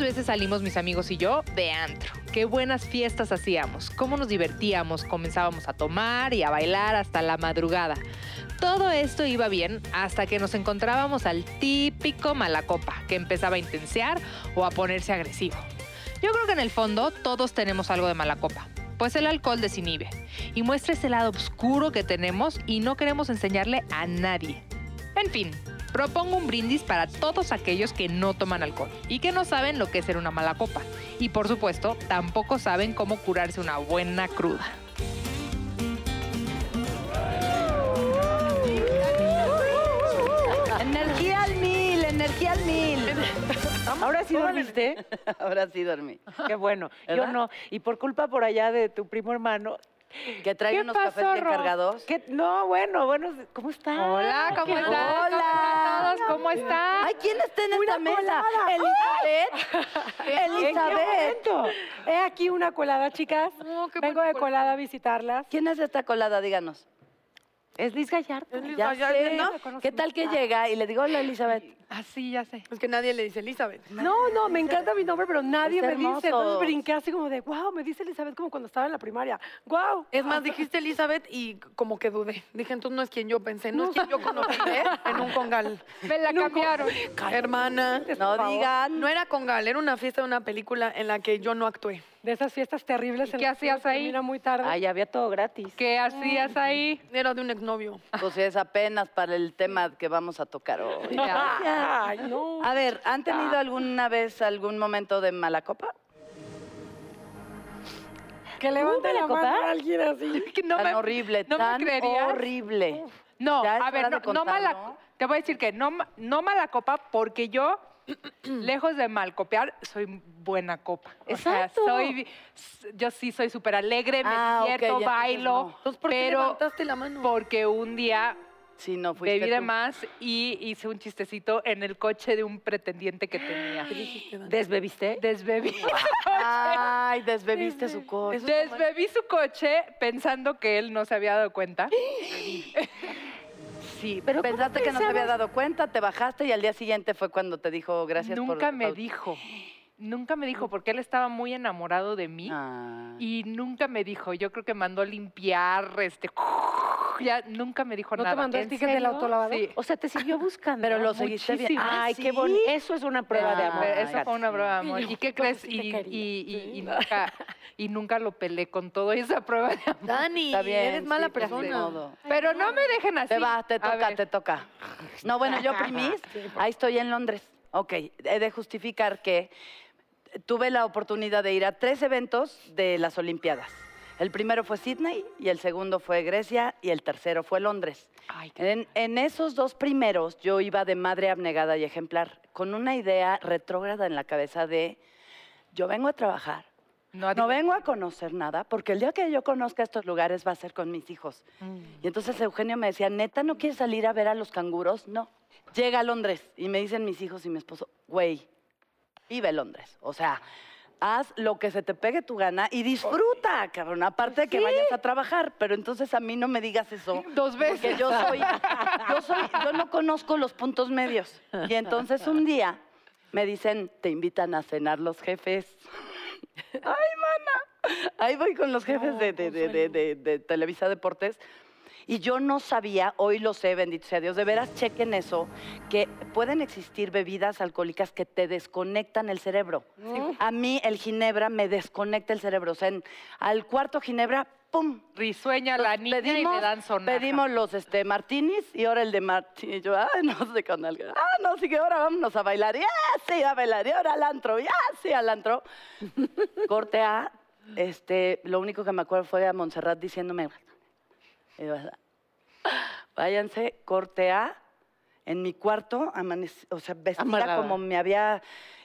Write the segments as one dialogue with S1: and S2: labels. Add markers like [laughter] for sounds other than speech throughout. S1: veces salimos mis amigos y yo de antro. Qué buenas fiestas hacíamos, cómo nos divertíamos, comenzábamos a tomar y a bailar hasta la madrugada. Todo esto iba bien hasta que nos encontrábamos al típico malacopa que empezaba a intensear o a ponerse agresivo. Yo creo que en el fondo todos tenemos algo de mala copa, pues el alcohol desinhibe y muestra ese lado oscuro que tenemos y no queremos enseñarle a nadie. En fin, propongo un brindis para todos aquellos que no toman alcohol y que no saben lo que es ser una mala copa y por supuesto tampoco saben cómo curarse una buena cruda.
S2: Energía al mil, energía al mil.
S3: Ahora sí dormiste.
S2: [laughs] Ahora sí dormí.
S3: Qué [laughs] bueno. Yo
S2: ¿Verdad?
S3: no. Y por culpa por allá de tu primo hermano.
S2: Que trae
S3: ¿Qué
S2: unos
S3: pasó,
S2: cafés bien
S3: Ro?
S2: cargados.
S3: ¿Qué? No, bueno, bueno. ¿Cómo estás?
S1: Hola, ¿cómo
S3: Qué
S1: están?
S3: bueno.
S2: Hola.
S1: ¿Cómo están?
S2: Ay, ¿quién está en
S3: Una
S2: esta mesa?
S3: colada.
S2: Elizabeth.
S3: ¿En
S2: Elizabeth.
S3: qué momento? He aquí una colada, chicas.
S1: No, qué
S3: Vengo
S1: buena
S3: de
S1: colada.
S3: colada a visitarlas.
S2: ¿Quién es esta colada? Díganos.
S3: Es Liz Gallardo.
S2: Ya sé. ¿Qué tal que llega y le digo, hola, Elizabeth?
S1: Así ya sé.
S4: Es que nadie le dice Elizabeth.
S3: No, no, me encanta mi nombre, pero nadie
S2: Está
S3: me dice. Entonces
S2: hermoso.
S3: brinqué así como de, wow, me dice Elizabeth como cuando estaba en la primaria. Wow.
S4: Es más, dijiste Elizabeth y como que dudé. Dije, entonces no es quien yo pensé, no es quien yo conocí ¿eh? en un congal.
S1: Me la cambiaron.
S4: Hermana.
S2: No digan.
S4: No era congal, era una fiesta de una película en la que yo no actué.
S3: De esas fiestas terribles.
S1: ¿Y
S3: en
S1: qué
S3: las que
S1: hacías
S3: uno
S1: ahí?
S3: Termina muy tarde.
S2: Ay, había todo gratis.
S1: ¿Qué hacías ahí?
S4: Era de un exnovio.
S2: Pues es apenas para el tema que vamos a tocar hoy.
S1: Ya.
S3: Ay, no.
S2: A ver, ¿han tenido alguna vez algún momento de mala copa?
S3: Que levante la
S2: Malacopa?
S3: mano a alguien así.
S1: [laughs] Que no
S2: tan
S1: me-
S2: horrible,
S1: no me
S2: tan
S1: creerías.
S2: horrible.
S1: No,
S2: Ya es
S1: a ver,
S2: hora
S1: no,
S2: de
S1: no mala.
S2: contarlo.
S1: Te voy a decir que no, ma- no mala copa porque
S2: [clears throat]
S1: yo, lejos de mal copiar, soy buena copa. O sea,
S2: Exacto.
S1: soy, s- yo sí soy súper alegre, me
S2: Ah, ok,
S1: divierto,
S2: ya, entonces no.
S1: bailo,
S4: Entonces, ¿por qué
S1: pero
S4: levantaste la mano?
S1: porque un día
S2: Si no fuiste
S1: bebí de
S2: tú.
S1: más y hice un chistecito en el coche de un pretendiente que tenía.
S3: ¿Desbebiste?
S1: Desbebí.
S2: Ay, desbebiste su coche.
S1: Desbebí su coche pensando que él no se había dado cuenta.
S2: Sí, pero pensaste que no te había dado cuenta, te bajaste y al día siguiente fue cuando te dijo gracias por...
S1: nunca me
S2: por-
S1: dijo. Nunca me dijo porque él estaba muy enamorado de mí
S2: Ah.
S1: y nunca me dijo. Yo creo que mandó limpiar este [laughs] ya nunca me dijo
S3: ¿No te
S1: nada.
S3: mandó el
S1: ¿En
S3: ticket del
S1: serio?
S3: autolavado?
S1: Sí.
S5: O sea, te siguió buscando.
S2: Pero lo seguiste bien.
S1: muchísimo.
S3: Ah,
S5: Ay,
S2: ¿sí?
S5: qué bonito. Eso es una prueba de amor.
S2: Ay,
S1: Pero Ah, eso
S5: fíjate.
S1: fue una broma de amor.
S3: Y yo,
S1: ¿Y qué
S3: pues,
S1: crees?
S3: sí te
S1: Y,
S3: quería,
S1: y- y-
S3: sí.
S1: y nunca, y nunca lo peleé con todo esa prueba de amor.
S4: Dani,
S2: Está bien,
S4: eres mala
S2: sí, pues, ni
S4: persona.
S2: modo.
S1: Pero no me dejen así.
S2: Te vas, te
S1: A
S2: toca,
S1: ver,
S2: te toca. No, bueno, yo primis, ahí estoy en Londres. Ok, he de justificar que tuve la oportunidad de ir a tres eventos de las Olimpiadas. El primero fue Sydney y el segundo fue Grecia y el tercero fue Londres.
S1: Ay, qué-
S2: En, en esos dos primeros yo iba de madre abnegada y ejemplar, con una idea retrógrada en la cabeza de yo vengo a trabajar,
S1: no,
S2: no vengo a conocer nada, porque el día que yo conozca estos lugares va a ser con mis hijos.
S1: Mm.
S2: Y entonces Eugenio me decía, neta, ¿no quieres salir a ver a los canguros? No. Llega a Londres y me dicen mis hijos y mi esposo, güey, vive Londres. O sea, haz lo que se te pegue tu gana y disfruta, cabrón, aparte de que vayas a trabajar. Pero entonces a mí no me digas eso.
S1: Dos veces.
S2: Porque yo soy, yo soy, yo no conozco los puntos medios. Y entonces un día me dicen, te invitan a cenar los jefes. [laughs] Ay, mana. Ahí voy con los jefes de, de- de- de- de- de Televisa Deportes. Y yo no sabía, hoy lo sé, bendito sea Dios, de veras chequen eso, que pueden existir bebidas alcohólicas que te desconectan el cerebro. A mí el ginebra me desconecta el cerebro. O sea, en- al cuarto ginebra, ¡pum!
S1: Risueña la niña y me dan sonar.
S2: pedimos los este, martinis y ahora el de Martín. Y yo, ah, no sé con algo. Ah, no, sí que ahora vámonos a bailar. Y ah, sí, a bailar. Y ahora al antro. Y ah, sí,
S1: [laughs]
S2: al antro. Corte A. Este, lo único que me acuerdo fue a Montserrat diciéndome, y yo, váyanse, corte A. En mi cuarto, amanec- o sea, vestida
S3: Amarrada.
S2: como me había...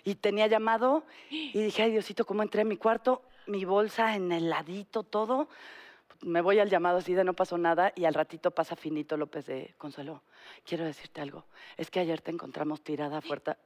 S2: Y tenía llamado y dije, ay, Diosito, ¿cómo entré a mi cuarto? Mi bolsa en el ladito, todo me voy al llamado así de no pasó nada y al ratito pasa Finito López de Consuelo. Quiero decirte algo. Es que ayer te encontramos tirada afuera,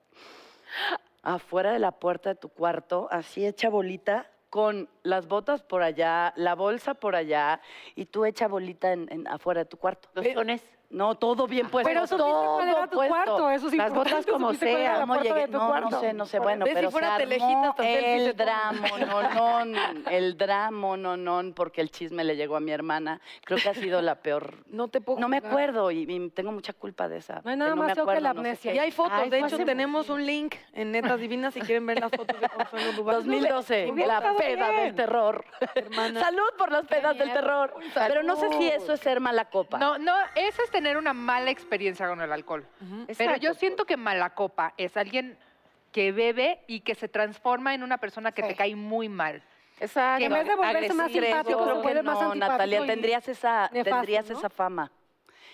S2: afuera de la puerta de tu cuarto, así hecha bolita, con las botas por allá, la bolsa por allá y tú hecha bolita en, en- afuera de tu cuarto.
S5: Los sones.
S2: No, todo bien puesto.
S3: Pero supiste
S2: todo
S3: cuál era tu
S2: puesto.
S3: cuarto, eso sí.
S5: Las botas como sea,
S2: ¿Cómo llegué? No, no sé, no sé. Bueno,
S4: Ve si
S2: pero
S4: fuera
S2: se
S4: telejita,
S2: armó
S4: hasta selfies de
S2: el
S4: todo.
S2: drama, no, no, el drama, no, no, porque el chisme le llegó a mi hermana. Creo que ha sido la peor.
S4: No te puedo
S2: No me
S4: jugar.
S2: acuerdo y, y tengo mucha culpa de esa.
S3: No hay nada
S2: me
S3: más feo que
S2: acuerdo,
S3: la
S2: no sé
S3: amnesia.
S2: qué.
S4: Y hay fotos,
S5: Ay,
S4: de
S5: fue
S4: hecho
S5: hace
S4: tenemos un link en Netas Divinas si quieren ver las fotos de Consuelo Duval.
S2: 2012,
S4: Hubiera
S2: la
S4: estado
S2: peda
S4: bien,
S2: del terror.
S4: hermana.
S2: Salud por las
S4: Qué
S2: pedas del
S4: miedo.
S2: terror.
S4: Uy,
S2: Pero no sé si
S4: salud.
S2: eso es ser mala copa.
S1: No, no, eso es tener una mala experiencia con el alcohol.
S4: Ujú.
S1: Pero yo
S5: Exacto,
S1: siento que mala copa es alguien que bebe y que se transforma en una persona que te
S3: Sí.
S1: cae muy mal.
S5: Exacto.
S3: Que en vez de volverse más
S5: agresivo.
S3: simpático,
S2: Creo
S3: pero
S2: que
S3: vuelve más
S2: no,
S3: antipático
S2: Natalia,
S3: y
S2: tendrías esa,
S3: nefasto,
S2: tendrías
S3: ¿no?
S2: esa fama.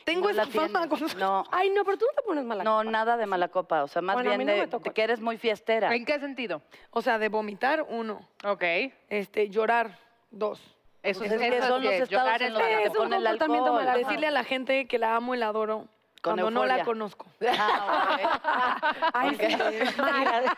S4: Tengo
S2: No
S4: esa
S2: la
S4: fama
S2: tienes.
S4: con
S2: No,
S3: Ay, no, pero tú no te pones mala.
S2: no,
S3: copa.
S2: nada de mala copa. O sea, más
S3: Bueno, a
S2: bien
S3: mí no
S2: de,
S3: me tocó.
S2: de que eres muy fiestera.
S1: ¿En qué sentido?
S4: O sea, de vomitar, uno.
S1: Ok.
S4: Este, llorar, dos.
S1: Eso,
S2: Pues es que
S1: eso
S2: son los
S1: que
S2: estados
S1: llorar
S2: en
S1: es
S2: los que
S1: mala
S2: te
S3: Es un
S1: copa.
S2: pone el
S3: comportamiento
S2: alcohol.
S3: mala Ajá.
S4: Decirle a la gente que la amo y la adoro
S2: Con
S4: cuando no la
S3: [laughs]
S2: euforia.
S4: conozco.
S2: Ah, ok.
S4: Ay, sí.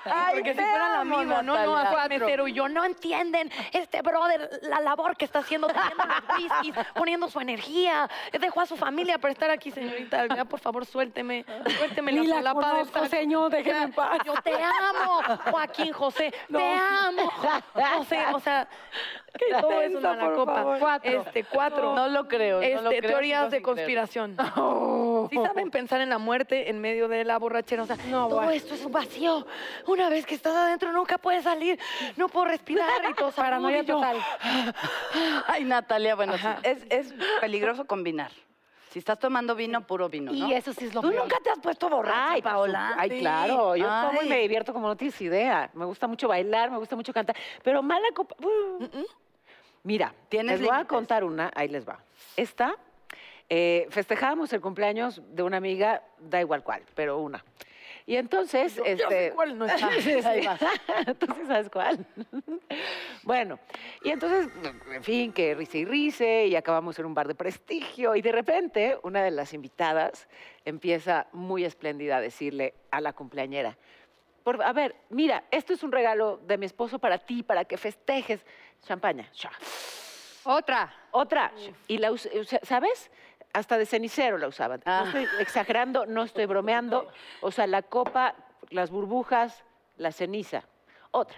S4: Ay, Porque si fuera el
S2: amo,
S4: amigo, no, no,
S2: Natalia.
S4: fue mesero y yo.
S6: yo no entienden este brother la labor que está haciendo poniendo los whiskies,
S3: [laughs]
S6: poniendo su energía. Dejó a su familia para estar aquí,
S4: Señorita, ya, por favor, suélteme. Suélteme
S3: Ni
S4: la
S3: la
S4: solapa del
S3: conozco,
S4: saco.
S3: señor, déjeme [laughs] en paz.
S6: Yo te amo, Joaquín José,
S3: No.
S6: te amo.
S4: José, o sea, todo es
S3: intensa,
S4: una mala
S3: por
S4: copa.
S3: favor.
S4: Cuatro. Este, cuatro.
S2: No lo creo. no lo
S4: Este,
S2: creo,
S4: teorías
S2: sigo
S4: de
S2: sin creerlo.
S4: conspiración. Si saben pensar en la muerte en medio de la borrachera, o sea,
S3: No,
S6: Todo
S3: bueno.
S6: esto es un vacío. Una vez que estás adentro nunca puedes salir. No puedo respirar y todo.
S2: [laughs]
S3: Paranoia total.
S2: [laughs] Ay, Natalia, bueno, sí,
S4: Ajá.
S2: es, es peligroso combinar. Si estás tomando vino, puro vino, ¿no?
S6: Y eso sí es lo
S2: ¿Tú
S6: peor.
S2: nunca te has puesto borracha,
S5: Ay,
S2: Paola?
S5: Ay,
S2: Sí.
S5: claro. Yo como y me
S2: Ay.
S5: divierto como no tienes idea. Me gusta mucho bailar, me gusta mucho cantar. Pero mala copa. uh. Mira,
S2: Tienes
S5: les voy a
S2: límites.
S5: contar una. Ahí les va. Esta, eh, festejábamos el cumpleaños de una amiga, da igual cuál, pero una. Y entonces,
S4: yo, yo sé
S5: este. [laughs]
S4: cuál no es.
S5: Sí, sí, sí. [laughs] Tú sí sabes cuál. bueno, y entonces, en fin, que risa y rice, y acabamos en un bar de prestigio, y de repente una de las invitadas empieza muy espléndida a decirle a la cumpleañera, "Por- a ver, mira, esto es un regalo de mi esposo para ti, para que festejes. Champaña. Shua.
S1: Otra.
S5: Otra. Y la us- o sea, ¿sabes? Hasta de cenicero la usaban.
S2: Ah.
S5: No estoy exagerando,
S2: [laughs]
S5: no estoy bromeando. O sea, la copa, las burbujas, la ceniza. Otra.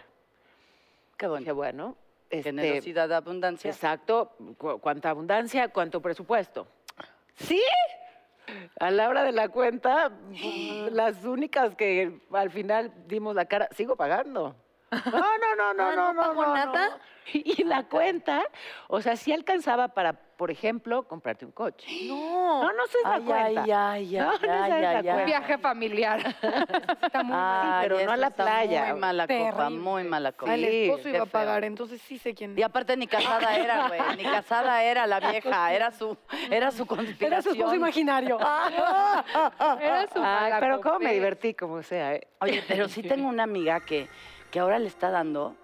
S2: Qué
S5: Dije,
S2: bonito.
S5: bueno, este,
S2: Generosidad, abundancia.
S5: exacto, cu- cuánta abundancia, cuánto presupuesto. ¿Sí? A la hora de la cuenta, las únicas que al final dimos la cara, sigo pagando. No, no, no, no,
S6: Ah,
S5: no,
S6: ¿no
S5: no,
S6: pagó
S5: no,
S6: nada?
S5: no. Y la cuenta, o sea, sí alcanzaba para, por ejemplo, comprarte un coche.
S4: No.
S5: No, no se da
S2: Ay, ay,
S5: cuenta.
S2: ay, ay,
S5: No, no se
S2: ay,
S5: da
S2: ay, ay.
S1: Un viaje
S2: [laughs]
S1: familiar.
S2: Ay,
S5: pero no a
S2: eso
S5: la
S2: está
S5: playa.
S2: Muy mala copa,
S3: Terrible.
S2: muy mala copa.
S4: Ah, el esposo
S2: qué
S4: iba a
S2: feo.
S4: pagar, entonces sí sé quién.
S2: Y aparte ni casada era, güey, ni casada era la vieja, era su, era su conspiración.
S3: Era su esposo
S2: [laughs]
S3: imaginario.
S1: Era su
S5: Ay,
S1: mala
S5: pero cómo me
S1: copa.
S5: divertí, como sea. ¿eh?
S2: Oye, pero sí tengo una amiga que, que ahora le está dando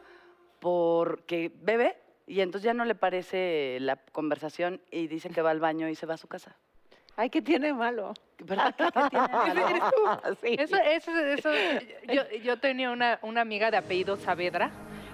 S2: porque bebe y entonces ya no le parece la conversación y dice que va al baño y se va a su casa. Ah,
S5: Ay, ¿qué tiene de malo?
S2: ¿Verdad que, que tiene de malo?
S5: [laughs] Sí.
S1: Eso, eso, eso. Yo, yo tenía una, una amiga de apellido Saavedra.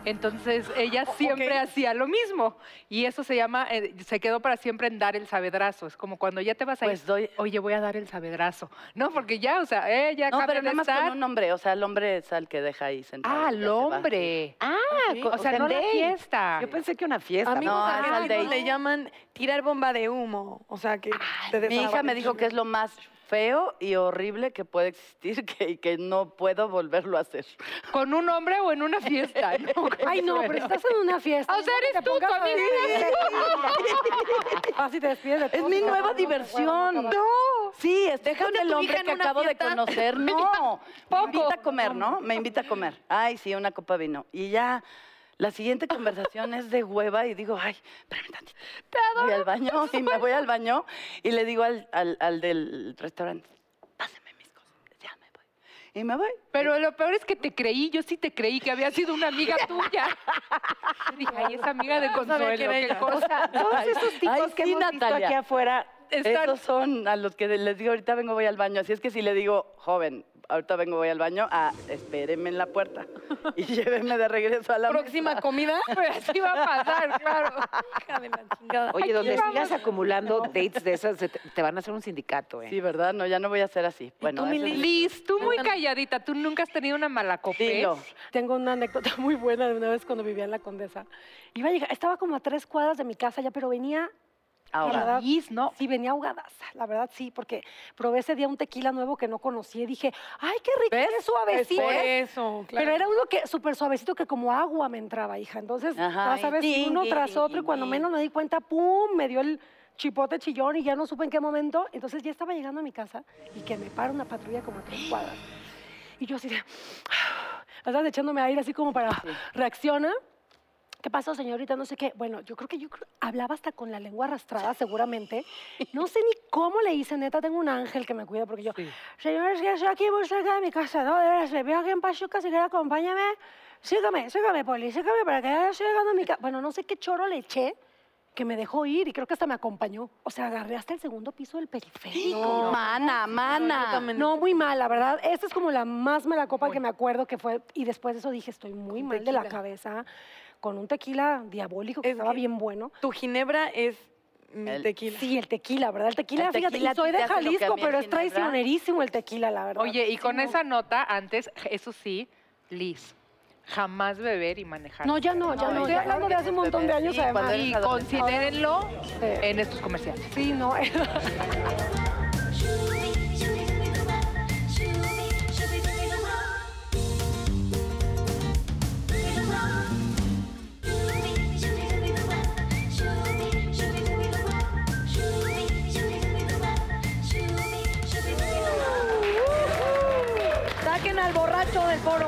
S1: Entonces ella siempre hacía lo mismo. Y eso se llama, eh, se quedó para siempre en dar el sabedrazo. Es como cuando ya te vas a ir,
S2: Pues doy...
S1: oye, voy a dar el sabedrazo. No, porque ya, o sea, ella
S2: No,
S1: cambia
S2: pero
S1: de
S2: nada más
S1: estar.
S2: con un hombre, o sea, el hombre es al que deja ahí sentado.
S1: Ah,
S2: y ya
S1: al
S2: se va.
S1: hombre.
S5: Ah, co-
S1: O sea, no la
S5: date.
S1: fiesta.
S5: Yo pensé que una fiesta.
S4: Amigos,
S2: no,
S4: a
S2: es al
S4: amigos
S2: date.
S4: le llaman tirar bomba de humo. O sea, que te
S2: Mi hija me dijo que es lo más feo y horrible que puede existir [laughs] que, y que no puedo volverlo a hacer.
S1: Con un hombre o en una fiesta. ¿no?
S3: Ay, no, pero estás en una
S2: [laughs]
S3: fiesta.
S1: O sea,
S3: no
S1: eres
S3: te
S1: tú, tu
S3: pongas
S1: [laughs]
S3: a-
S1: amiga eres
S4: Ah,
S3: Así te despides de
S2: [laughs] Es
S3: todo,
S2: mi
S3: no,
S2: nueva
S3: no, no,
S2: diversión.
S3: no, no,
S2: No. Sí, estoy con
S1: Déjate a
S2: el
S1: tu
S2: hombre
S1: hija en
S2: que
S1: una
S2: acabo de
S1: fiesta.
S2: conocer. No. Me
S1: Poco.
S2: invita a comer, ¿no? Me invita a comer. Ay, sí, una copa de vino. Y ya. La siguiente conversación es de hueva y digo, ay, espérame tantito. Voy al baño y me voy al baño y le digo al, al- al del restaurante, pásame mis cosas, ya me voy. Y me voy.
S1: Pero lo peor es que te creí, yo sí te creí que había sido una amiga tuya. [laughs] Yo Dije, ay, esa amiga de Consuelo,
S4: quién
S1: qué
S4: era.
S1: cosa. [laughs]
S5: Todos esos tipos
S2: ay,
S5: que
S2: sí,
S5: hemos visto
S2: Natalia.
S5: aquí afuera.
S1: Están-
S2: Esos son a los que les digo, ahorita vengo, voy al baño. Así es que si le digo, joven, ahorita vengo, voy al baño, a espérenme en la puerta y llévenme de regreso a la
S1: [laughs]
S2: [laughs]
S4: Próxima comida, pues así va a pasar, claro. [laughs] Hija de la chingada.
S5: Oye,
S4: Aquí
S5: donde
S4: vamos.
S5: sigas acumulando dates de esas, se te, te van a hacer un sindicato, ¿eh?
S2: Sí, ¿verdad? No, ya no voy a ser así. Bueno, ese es mi-
S1: Liz, tú muy calladita, tú nunca has tenido una mala copia.
S2: dilo.
S3: Tengo una anécdota [laughs] muy buena de una vez cuando vivía en la Condesa. Iba a llegar, estaba como a tres cuadras de mi casa ya, pero venía
S2: Ahora.
S3: Ahogada.
S1: Liz, no.
S3: Sí, venía ahogadaza, la verdad sí, porque probé ese día un tequila nuevo que no conocía y dije, ay, qué rico, qué
S4: Es
S3: suavecito.
S4: por eso, claro.
S3: Pero era uno que súper suavecito que como agua me entraba, hija. Entonces,
S2: Ajá,
S3: ya
S2: y
S3: sabes,
S2: ting,
S3: uno
S2: ting,
S3: tras
S2: ting,
S3: otro, y
S2: ting,
S3: cuando
S2: ting.
S3: menos me di cuenta, ¡pum! Me dio el chipote chillón y ya no supe en qué momento. Entonces ya estaba llegando a mi casa y que me para una patrulla como a tres cuadras. Y yo así de. Estás echándome aire así como para. Reacciona. ¿Qué pasó, señorita? No sé qué. Bueno, yo creo que yo creo- hablaba hasta con la lengua arrastrada, seguramente. No sé ni cómo le hice, neta. Tengo un ángel que me cuida porque yo. Señores, que estoy aquí muy cerca de mi casa, ¿no? De veras, le veo aquí en Pachuca, si quiere acompáñame. Sígame, sígame, Poli, sígame para que ya estoy llegando a mi casa. Bueno, no sé qué choro le eché que me dejó ir y creo que hasta me acompañó. O sea, agarré hasta el segundo piso del periférico.
S2: No, mana, mana.
S4: Exactamente.
S3: No, muy mal, la verdad. Esta es como la más mala copa que me acuerdo que fue. Y después de eso dije, estoy muy mal de la
S4: tequila.
S3: cabeza, con un tequila diabólico que
S4: Es
S3: estaba
S4: que-
S3: bien bueno.
S4: Tu ginebra es mi
S2: El-
S4: tequila.
S3: Sí, el tequila, ¿verdad? El tequila,
S2: El
S3: fíjate,
S2: tequila
S3: y soy
S2: te
S3: de
S2: hace lo que a
S3: Jalisco,
S2: mí el
S3: pero es
S2: ginebra.
S3: traicionerísimo el tequila, la verdad.
S1: Oye, y con
S3: Sí, no.
S1: esa nota, antes, eso sí, Liz, jamás beber y manejar.
S3: No, ya no, ya
S2: No,
S3: no. Estoy
S2: ya no
S3: hablando de hace un montón de años,
S2: Sí, cuando
S3: además.
S1: Y
S2: eres
S1: considérenlo
S3: Sí.
S1: en estos comerciales.
S3: Sí,
S4: [laughs]
S3: no.
S7: Shooby, shooby, dooby, dooba. Shooby, shooby, dooby, dooba. Dooby, dooba. Shooby, shooby, dooby, dooba. Shooby, shooby, dooby, dooba. Shooby, shooby, dooby, dooba. Shooby, shooby, dooby, dooba.
S6: Saquen al borracho del
S4: [laughs]
S6: foro.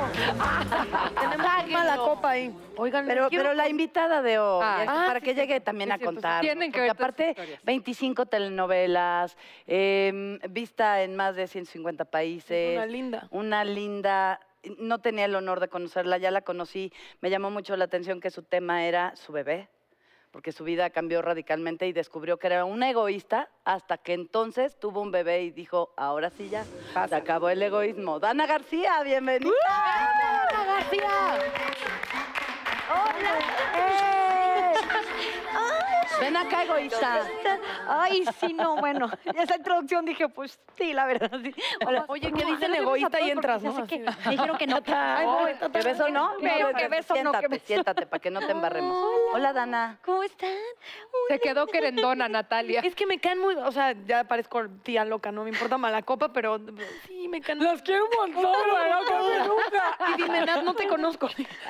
S4: Tenemos muy mala copa ahí. Oigan,
S2: Pero,
S4: quiero-
S2: pero la invitada de hoy,
S1: Ah,
S2: es
S1: ah,
S2: para que llegue también
S1: sí,
S2: a
S1: cierto, sí.
S2: contar.
S1: Tienen que ver todas sus
S2: aparte,
S1: historias.
S2: 25 telenovelas, em, vista en más de 150 países.
S4: una linda.
S2: una linda, no tenía el honor de conocerla, ya la conocí, me llamó mucho la atención que su tema era su bebé, porque su vida cambió radicalmente y descubrió que era una egoísta hasta que entonces tuvo un bebé y dijo, ahora sí ya, se acabó el egoísmo. Dana García, bienvenida.
S8: ¡Eh!
S2: Ven acá, egoísta.
S8: Ay, sí, no, bueno. Esa introducción dije, pues sí, la verdad. Sí. Hola.
S4: [laughs] Oye, que dicen egoísta y entras, ¿no? Así de- [laughs]
S8: Me dijeron que no. que- Ay, no,
S2: ¿Te beso no?
S8: Pero que beso no,
S2: siéntate,
S8: que beso.
S2: siéntate, para que no te embarremos.
S8: Hola.
S2: Hola, Dana.
S8: ¿Cómo están?
S1: Se quedó querendona, Natalia.
S4: Es que me caen muy, o sea, ya parezco tía loca, no me importa mala copa, pero sí me caen. Los quiero un montón, Y dime, Nat, no te conozco. [laughs]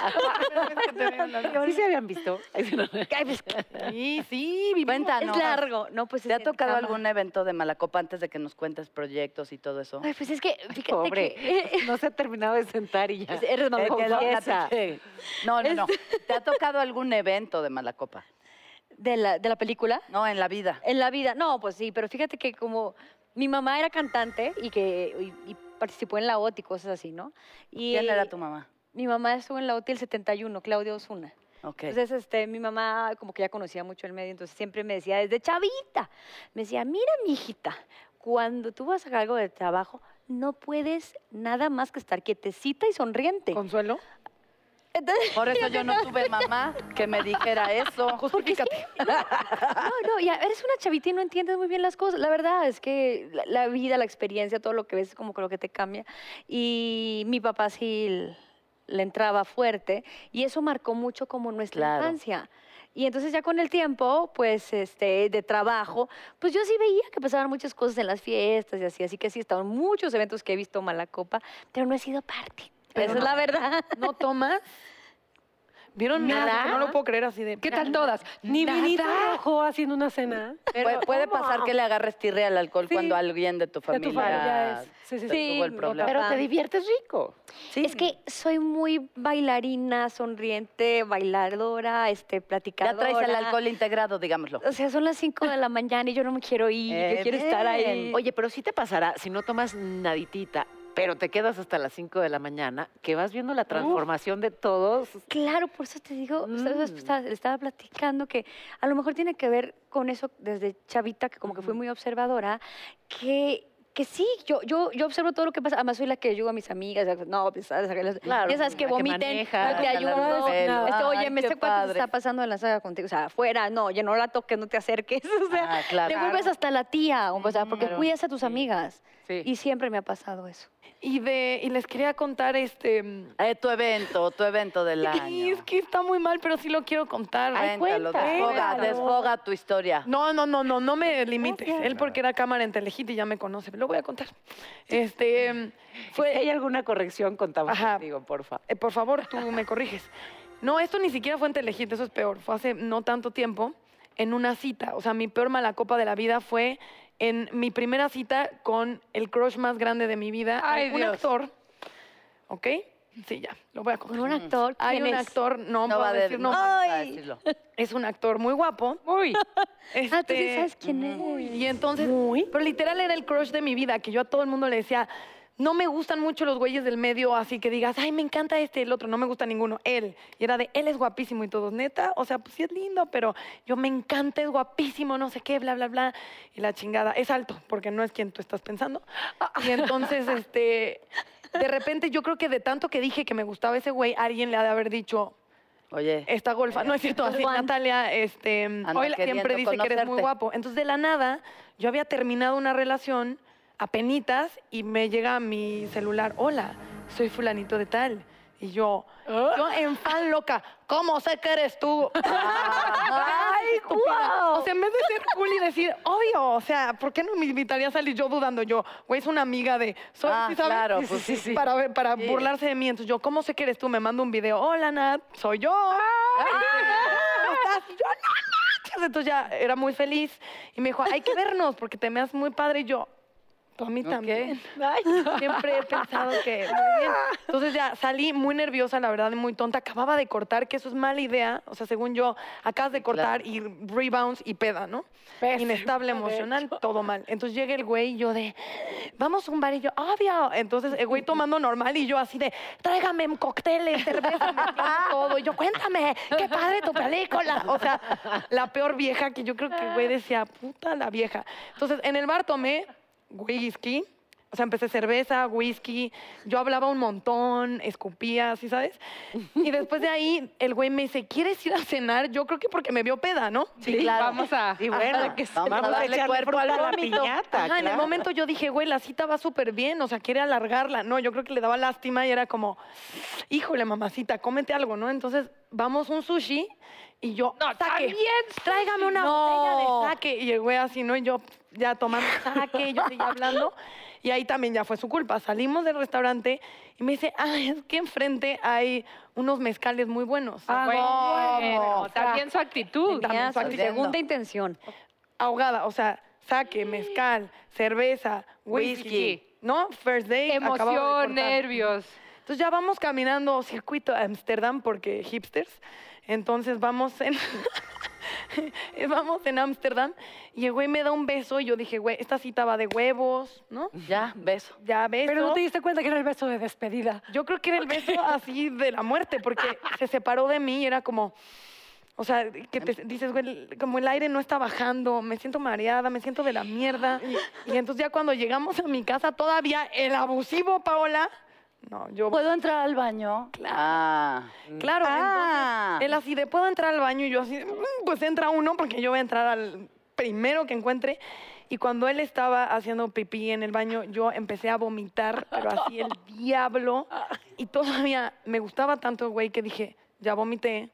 S4: La primera vez que te veo, Nat.
S5: ¿Sí se habían visto? [laughs] Ay, sí, no.
S8: Ay, pues,
S4: Sí, sí, vivimos.
S2: Cuéntanos.
S8: es largo. No, pues,
S2: ¿Te ha
S8: es en
S2: tocado
S8: cama.
S2: algún evento de Malacopa antes de que nos cuentes proyectos y todo eso?
S8: Ay, pues es que, fíjate
S5: Pobre.
S8: que...
S5: No se ha terminado de sentar
S3: Ah,
S5: y ya.
S8: Pues eres mamá.
S2: Te quedó-
S5: confiesa.
S2: Sí. No, no, no. ¿Te ha tocado algún evento de mala copa?
S8: [laughs] De la, de la película,
S2: No, en la vida.
S8: en la vida. No, pues sí, pero fíjate que como mi mamá era cantante y que y- y participó en la OT y cosas así, ¿no? Y,
S2: ¿Quién era tu mamá?
S8: Mi mamá estuvo en la OT el 71, Claudia Osuna.
S2: Ok.
S3: Pues
S8: Entonces, este, mi mamá como que ya conocía mucho el medio, entonces siempre me decía desde chavita, me decía, mira, mi hijita, cuando tú vas a sacar algo de trabajo, no puedes nada más que estar quietecita y sonriente.
S4: Consuelo.
S8: Entonces,
S2: Por eso yo no tuve mamá que me dijera
S3: [laughs]
S2: eso. Justifícate.
S8: no, no, ya eres una chavita y no entiendes muy bien las cosas. La verdad es que la, la vida, la experiencia, todo lo que ves, como que lo que te cambia. Y mi papá sí l- le entraba fuerte y eso marcó mucho como nuestra
S2: Claro.
S8: infancia. Y entonces ya con el tiempo, pues, este, de trabajo, pues yo sí veía que pasaban muchas cosas en las fiestas y así, así que sí, estaban muchos eventos que he visto mala copa, pero no he sido parte. Esa es la verdad.
S4: ¿No tomas? ¿Vieron? Nat?
S8: Nada.
S4: Que No lo puedo creer así de.
S1: ¿Qué tal todas?
S3: Ni vinito rojo haciendo una cena.
S2: Puede, puede pasar que le agarres tirre al alcohol
S3: Sí.
S2: cuando alguien de tu
S3: De
S2: familia
S3: tu familia es. Sí, sí,
S2: te
S3: sí.
S2: tuvo el
S8: mi
S2: problema.
S8: papá.
S5: Pero te diviertes rico.
S2: Sí.
S8: Es que soy muy bailarina, sonriente, bailadora, este,
S2: ya
S8: platicadora.
S2: traes el alcohol integrado, digámoslo.
S8: O sea, son las 5 de la mañana y yo no me quiero ir,
S2: Eh,
S8: yo quiero estar ahí.
S2: bien.
S5: Oye, pero sí te pasará si no tomas naditita, pero te quedas hasta las 5 de la mañana, que vas viendo la transformación de todos.
S8: Claro, por eso te digo, ¿sabes?
S5: Mm.
S8: Estaba- le estaba platicando que a lo mejor tiene que ver con eso desde chavita, que como que fui muy observadora, que, Porque sí, yo, yo, yo observo todo lo que pasa. Además, soy la que ayudo a mis amigas. la- No, pues, ¿sabes?
S5: Claro,
S8: ya sabes que
S5: la que
S8: vomiten,
S5: maneja,
S8: te
S5: la que
S8: ayudo.
S5: habla de
S8: no,
S2: él.
S8: este,
S2: Ay,
S8: oye, me
S2: qué
S8: este cuate
S2: padre.
S8: se está pasando de lanzada contigo. O sea, afuera, no, ya no la toques, no te acerques. [laughs] O sea,
S2: Ah, claro.
S8: te vuelves hasta la tía. O sea, porque
S1: Claro.
S8: cuidas a tus
S1: Sí.
S8: amigas.
S1: Sí.
S8: Y siempre me ha pasado eso.
S3: Y, de, y les quería contar este... mm,
S2: Eh, tu evento, tu evento del
S3: y
S2: año.
S3: es que está muy mal, pero sí lo quiero contar.
S2: Cuéntalo,
S3: cuenta,
S2: desfoga,
S3: cuéntalo.
S2: desfoga tu historia.
S3: No, no, no, no, no me limites. Él porque era cámara en Telehit y ya me conoce. Lo voy a contar. Este, mm,
S5: Fue,
S3: fue,
S5: ¿Hay alguna corrección? Contamos
S3: Ajá.
S5: contigo, porfa.
S3: eh, por favor, tú me corriges. No, esto ni siquiera fue en Telehit, eso es peor. Fue hace no tanto tiempo, en una cita. O sea, mi peor mala copa de la vida fue en mi primera cita con el crush más grande de mi vida.
S1: Ay,
S3: Hay un
S1: Dios.
S3: actor, ¿ok? Sí, ya, lo voy a contar.
S8: Con un actor.
S3: Hay
S8: ¿quién
S3: un
S8: es?
S3: actor, no,
S2: No
S3: puedo
S2: va a
S3: decir
S2: decir, no,
S3: nombres.
S2: vas a decirlo.
S3: Es un actor muy guapo.
S1: Uy,
S8: Ah, tú sí
S3: este,
S8: sabes quién
S3: Uy,
S8: es.
S3: Y entonces, pero literal era el crush de mi vida, que yo a todo el mundo le decía, no me gustan mucho los güeyes del medio, así que digas, ay, me encanta este, el otro, no me gusta ninguno, él. Y era de, él es guapísimo y todos, neta, o sea, pues sí es lindo, pero yo me encanta, es guapísimo, no sé qué, bla, bla, bla. Y la chingada, es alto, porque no es quien tú estás pensando. Y entonces, este, de repente yo creo que de tanto que dije que me gustaba ese güey, alguien le ha de haber dicho,
S2: [laughs] Oye,
S3: esta golfa, no es cierto, así
S8: Juan.
S3: Natalia, este, hoy la- siempre
S2: Ah, queriendo
S3: dice que eres muy
S2: conocerte.
S3: guapo. Entonces, de la nada, yo había terminado una relación a penitas y me llega a mi celular, hola, soy fulanito de tal. Y yo, yo en fan loca, ¿cómo sé que eres
S2: [laughs]
S3: tú? ¡Ay, guau! O sea, en vez de ser cool y decir, obvio, o sea, ¿por qué no me invitaría a salir yo dudando? Yo, güey, es una amiga de... Soy,
S2: Ah,
S3: ¿sí sabes?
S2: claro, pues sí, sí.
S3: Para, ver- para
S2: Sí.
S3: burlarse de mí. Entonces yo, ¿cómo sé que eres tú? Me mando un video. Hola, Nat, soy yo. ¿Cómo estás? Y yo, "No manches". Entonces ya era muy feliz. Y me dijo, hay que vernos porque te me haces muy padre. Y yo, tú a mí también. Ay, siempre he pensado que muy bien. Entonces ya salí muy nerviosa, la verdad, y muy tonta. Acababa de cortar, que eso es mala idea. O sea, según yo, acabas de cortar y rebounds y peda, ¿no? Inestable emocional, todo mal. Entonces llega el güey y yo de, vamos a un bar y yo, obvio. Entonces el güey tomando normal y yo así de, tráigame cócteles, cerveza, mezclando todo. Y yo, cuéntame, qué padre tu película. O sea, la peor vieja que yo creo que el güey decía, puta la vieja. Entonces en el bar tomé whisky. O sea, empecé cerveza, whisky, yo hablaba un montón, escupía, ¿sí sabes? Y después de ahí, el güey me dice, ¿quieres ir a cenar? Yo creo que porque me vio peda, ¿no?
S2: sí, claro.
S1: vamos a.
S5: Y bueno,
S2: que se
S5: vamos
S2: nos
S5: a
S2: darle
S5: echarle
S2: cuerpo
S5: fruta
S2: al
S5: a la
S2: vómito.
S5: piñata,
S3: Ajá, en el
S5: claro.
S3: momento yo dije, güey, la cita va súper bien, o sea, quiere alargarla. No, yo creo que le daba lástima y era como, híjole, mamacita, cómete algo, ¿no? Entonces, vamos un sushi y yo, no, saque, tráigame una botella de saque. Y el güey así, ¿no? Y yo ya tomando saque, yo seguía hablando. Y ahí también ya fue su culpa. Salimos del restaurante y me dice, ah, es que enfrente hay unos mezcales muy buenos.
S1: Ah, Bueno, también su actitud.
S8: Tenías
S3: su
S8: tu
S3: actitud.
S8: segunda intención.
S3: ahogada, o sea, saque, mezcal, cerveza, whisky,
S1: Whisky.
S3: ¿no? First day, acababa de cortar.
S1: Emoción, nervios.
S3: Entonces ya vamos caminando circuito a Ámsterdam porque hipsters. Entonces vamos en [laughs] vamos en Ámsterdam y el güey me da un beso y yo dije, güey, esta cita va de huevos, ¿no?
S2: Ya, beso.
S3: Ya beso.
S9: Pero no te diste cuenta que era el beso de despedida.
S3: Yo creo que era el beso así de la muerte, porque
S9: [laughs]
S3: se separó de mí y era como. O sea, que
S9: Em.
S3: te dices, güey, el- como el aire no está bajando, me siento mareada, me siento de la mierda. Y entonces ya cuando llegamos a mi casa, todavía el abusivo, Paola. No, yo.
S2: ¿Puedo entrar al baño? Claro. Ah.
S3: Claro,
S2: Ah.
S3: entonces, él así de, ¿puedo entrar al baño? Y yo así, de, "Mm, pues entra uno, porque yo voy a entrar al primero que encuentre. Y cuando él estaba haciendo pipí en el baño, yo empecé a vomitar, pero así
S2: [laughs]
S3: el diablo. Y todavía me gustaba tanto el güey que dije, ya vomité,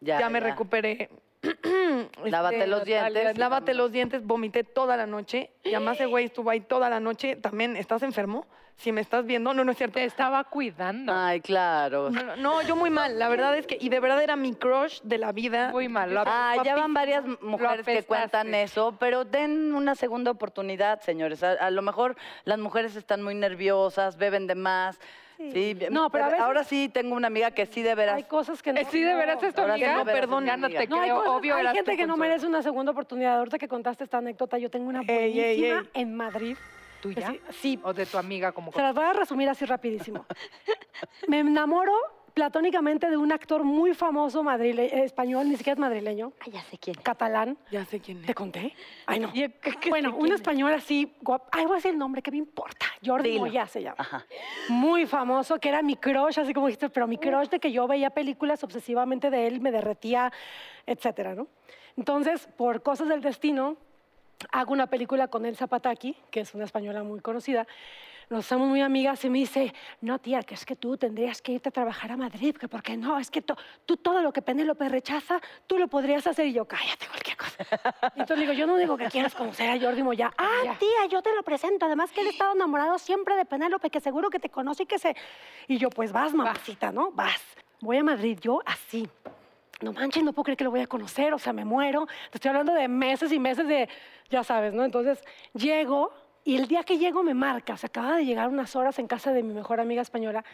S3: ya, me recuperé. [clears throat]
S2: Lávate
S3: Este,
S2: los dientes.
S3: Lávate los dientes, vomité toda la noche. Y además el güey estuvo ahí toda la noche. También, ¿estás enfermo? Si me estás viendo, no, no es cierto.
S1: Te estaba cuidando.
S2: Ay, claro.
S3: No, no, no, yo muy mal. La verdad es que, y de verdad era mi crush de la vida.
S1: Muy mal. lo
S2: Ah, ya van
S1: apestaste.
S2: varias mujeres que cuentan
S1: apestaste.
S2: eso, pero den una segunda oportunidad, señores. A, a lo mejor las mujeres están muy nerviosas, beben de más. Sí.
S9: No, pero a veces-
S2: ahora sí tengo una amiga que sí de
S9: Hay
S2: veras.
S9: cosas que no.
S1: Eh, Sí, de veras
S9: no.
S1: esto,
S2: Ahora
S1: amiga.
S2: tengo
S1: No,
S2: veras,
S1: perdón, ya no
S2: amiga.
S1: te
S9: No, hay,
S1: creo.
S9: cosas-
S1: Obvio,
S9: hay
S1: eras
S9: gente
S1: tú,
S9: que no
S1: Consuelo.
S9: merece una segunda oportunidad. Ahorita que contaste esta anécdota, yo tengo una buenísima
S3: Ey, ey, ey.
S9: en Madrid. que
S1: ¿Tuya?
S9: sí- sí,
S1: ¿O de tu amiga
S3: [laughs]
S1: como
S9: se las voy a resumir así rapidísimo. Me enamoro
S3: platónicamente de un actor muy famoso madrile- eh, español, ni siquiera es madrileño,
S8: Ah, ya sé quién.
S3: catalán.
S4: Ya sé quién es.
S3: ¿Te conté? Ay, no.
S8: Yo creo que
S3: Bueno,
S8: sé
S3: un
S8: quién
S3: español así, guap- ay, voy a decir el nombre, ¿qué me importa? Jordi
S2: Dilo.
S3: Moya se llama.
S2: Ajá.
S3: Muy famoso, que era mi crush, así como dijiste, pero mi crush de que yo veía películas obsesivamente de él, me derretía, etcétera, ¿no? Entonces, por cosas del destino, hago una película con Elsa Pataki, que es una española muy conocida. Nos somos muy amigas y me dice, no tía, que es que tú tendrías que irte a trabajar a Madrid, que porque no, es que to- tú todo lo que Penélope rechaza, tú lo podrías hacer. Y yo, cállate, cualquier cosa. [laughs] Y Entonces le digo, yo no digo que quieras conocer a Jordi Moya. Ah, tía, yo te lo presento. Además que él estaba enamorado siempre de Penélope, que seguro que te conoce y que se... Y yo, pues vas, mamacita, ¿no? Vas. Voy a Madrid, yo así. No manches, no puedo creer que lo voy a conocer, o sea, me muero. Te estoy hablando de meses y meses de, ya sabes, ¿no? Entonces llego y el día que llego me marca, o sea, acaba de llegar unas horas en casa de mi mejor amiga española,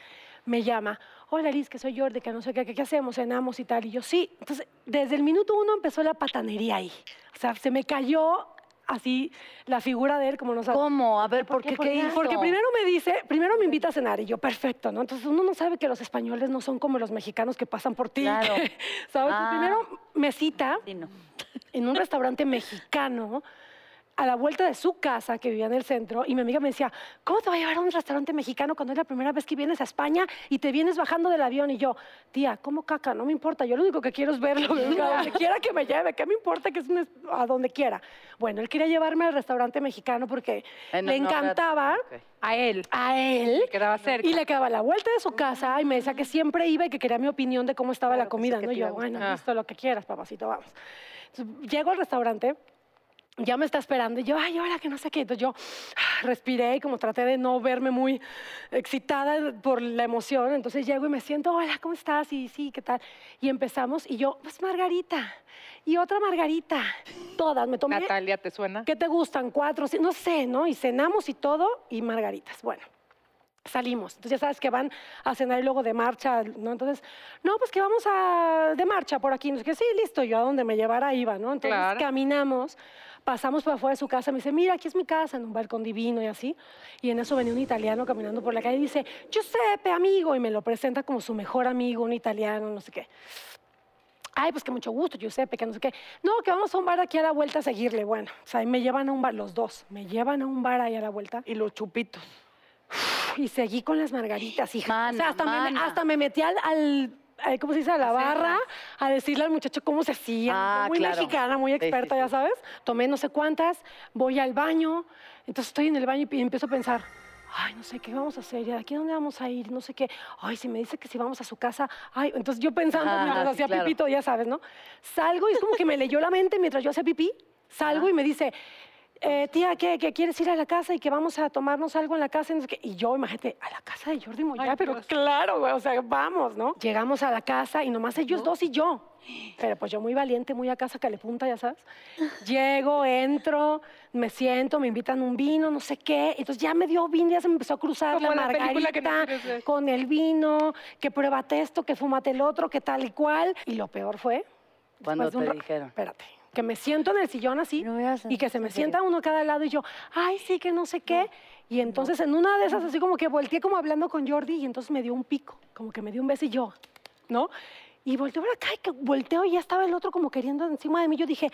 S3: me llama, hola Liz, que soy Jordi, que no sé qué, que- qué hacemos, cenamos y tal. Y yo, sí. Entonces, desde el minuto uno empezó la patanería ahí. O sea, se me cayó así la figura de él, como no sabes.
S2: ¿Cómo? A ver, ¿por qué? ¿Qué hizo?
S3: Porque primero me dice, primero me invita a cenar y yo, perfecto, ¿no? Entonces uno no sabe que los españoles no son como los mexicanos que pasan por ti.
S2: Claro.
S3: [laughs] ¿Sabes?
S2: Ah.
S3: Primero me cita
S2: Sí, no.
S3: en un restaurante mexicano a la vuelta de su casa que vivía en el centro y mi amiga me decía, ¿cómo te va a llevar a un restaurante mexicano cuando es la primera vez que vienes a España y te vienes bajando del avión? Y yo, tía, ¿cómo caca? No me importa, yo lo único que quiero es verlo,
S2: [laughs]
S3: a donde quiera que me lleve, ¿qué me importa que es un es- a donde quiera? Bueno, él quería llevarme al restaurante mexicano porque
S2: En
S3: le
S2: honor a-
S3: encantaba
S2: Ok.
S1: A él.
S3: a él
S1: Le quedaba cerca.
S3: y le quedaba a la vuelta de su casa y me decía que siempre iba y que quería mi opinión de cómo estaba la comida. ¿no? Y yo, bueno,
S1: Ah.
S3: listo, lo que quieras, papacito, vamos. Entonces, llego al restaurante, ya me está esperando y yo, ay, ahora que no sé qué. Entonces yo ah, respiré y como traté de no verme muy excitada por la emoción. Entonces llego y me siento, hola, ¿cómo estás? Y sí, ¿qué tal? Y empezamos y yo, pues Margarita y otra Margarita. Todas, me tomé
S1: Natalia, ¿te suena?
S3: ¿Qué te gustan? Cuatro, ci- no sé, ¿no? Y cenamos y todo, y margaritas. Bueno, salimos. Entonces ya sabes que van a cenar y luego de marcha, ¿no? Entonces, no, pues que vamos a, de marcha por aquí. No sé qué, sí, listo, yo a donde me llevara iba, ¿no? Entonces
S1: Claro.
S3: caminamos, pasamos por afuera de su casa, me dice, mira, aquí es mi casa, en un balcón divino y así. Y en eso venía un italiano caminando por la calle y dice, Giuseppe, amigo, y me lo presenta como su mejor amigo, un italiano, no sé qué. Ay, pues que mucho gusto, Giuseppe, que no sé qué. No, que vamos a un bar aquí a la vuelta a seguirle. Bueno, o sea, y me llevan a un bar, los dos, me llevan a un bar ahí a la vuelta
S4: Y los chupitos.
S3: y seguí con las margaritas, hija.
S2: Mana,
S3: o sea, hasta, me- Me,
S2: mana.
S3: hasta me metí al, al- al- ¿cómo se dice? A la barra a decirle al muchacho cómo se hacía.
S2: Ah,
S3: muy
S2: claro.
S3: mexicana, muy
S2: Sí, sí,
S3: experta, ya
S2: sí.
S3: sabes. Tomé no sé cuántas, voy al baño, entonces estoy en el baño y empiezo a pensar. Ay, no sé qué vamos a hacer, ¿y de aquí a dónde vamos a ir? No sé qué. Ay, si me dice que si vamos a su casa. Ay, entonces yo pensando
S2: Ajá,
S3: mientras
S2: sí,
S3: hacía
S2: claro.
S3: pipito, ya sabes, ¿no? Salgo y es como que me leyó la mente mientras yo hacía pipí. Salgo y me dice, eh, tía, ¿qué, ¿qué quieres ir a la casa y que vamos a tomarnos algo en la casa? Y, no sé qué. Y yo, imagínate, a la casa de Jordi Moya, pero claro, güey, o sea, vamos, ¿no? Llegamos a la casa y nomás ellos dos y yo. Pero pues yo muy valiente, muy a casa calepunta, ya sabes. Llego, entro, me siento, me invitan un vino, no sé qué. Entonces ya me dio vino, ya se me empezó a cruzar
S1: Como
S3: la
S1: la película que no
S3: margarita
S1: quieres ver.
S3: con el vino, que pruébate esto, que fúmate el otro, que tal y cual. Y lo peor fue...
S2: Cuando
S3: después de un
S2: te
S3: ra-
S2: dijeron.
S3: Espérate, que me siento en el sillón así
S8: No me hagas
S3: y que se me
S8: sentir
S3: sienta uno a cada lado y yo, ay, sí, que no sé qué. Y entonces en una de esas así como que volteé como hablando con Jordi y entonces me dio un pico, como que me dio un beso y yo, ¿no? Y volteo para acá y que volteo y ya estaba el otro como queriendo encima de mí. Yo dije,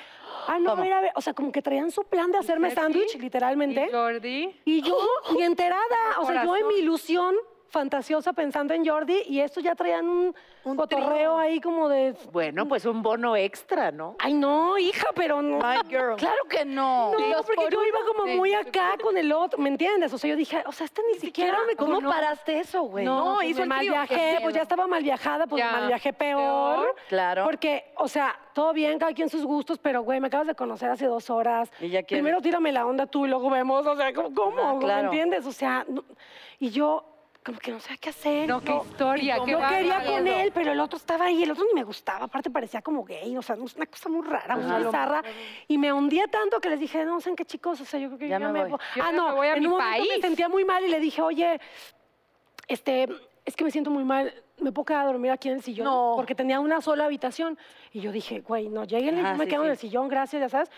S3: ah, no,
S2: ¿Cómo?
S3: mira, a ver", o sea, como que traían su plan de hacerme
S1: Sergi?
S3: sándwich, literalmente.
S1: ¿Y Jordi?
S3: Y yo, ni enterada, o sea, yo en
S1: Corazón.
S3: mi ilusión fantasiosa pensando en Jordi y estos ya traían un, cotorreo ahí como de,
S5: Bueno, pues un bono extra, ¿no?
S3: ay, no, hija, pero no.
S2: Claro que no.
S3: No,
S1: Los
S3: porque
S1: por
S3: yo iba
S1: uno.
S3: como
S1: Sí.
S3: muy acá con el otro, ¿me entiendes? O sea, yo dije, o sea, este ni, siquiera, me
S2: ¿Cómo
S3: conoce.
S2: paraste eso, güey?
S3: No,
S1: pues
S3: hizo
S1: me
S3: el mal
S1: trío, qué
S3: viaje,
S1: miedo.
S3: pues ya estaba mal viajada, pues
S1: Ya,
S3: mal viaje peor.
S1: peor.
S2: Claro.
S3: Porque, o sea, todo bien, cada quien sus gustos, pero güey, me acabas de conocer hace dos horas.
S2: Y ya quieres-
S3: Primero tírame la onda tú y luego vemos, o sea, ¿cómo?
S2: Ah,
S3: ¿Cómo?
S2: claro.
S3: ¿Me entiendes? O sea, no- y yo como que no sé qué hacer.
S1: No, qué
S3: yo-
S1: historia, qué
S3: Yo quería
S1: bárbaro.
S3: con él, pero el otro estaba ahí, el otro ni me gustaba, aparte parecía como gay, o sea, no, es una cosa muy rara, muy bizarra. Y me hundía tanto que les dije, no, ¿saben qué chicos? O sea, yo creo que
S2: Ya
S3: yo ya
S2: me
S3: me...
S2: voy.
S3: voy".
S1: Yo
S3: ah,
S1: ya
S3: no,
S1: me voy a
S3: en
S1: mi
S3: un momento me
S1: país.
S3: sentía muy mal y le dije, oye, este, es que me siento muy mal, me puedo quedar a dormir aquí en el sillón,
S4: No.
S3: porque tenía una sola habitación. Y yo dije, güey, no, lleguen,
S2: Ajá,
S3: yo me
S2: sí,
S3: quedo en
S2: sí.
S3: el sillón, gracias, ya sabes.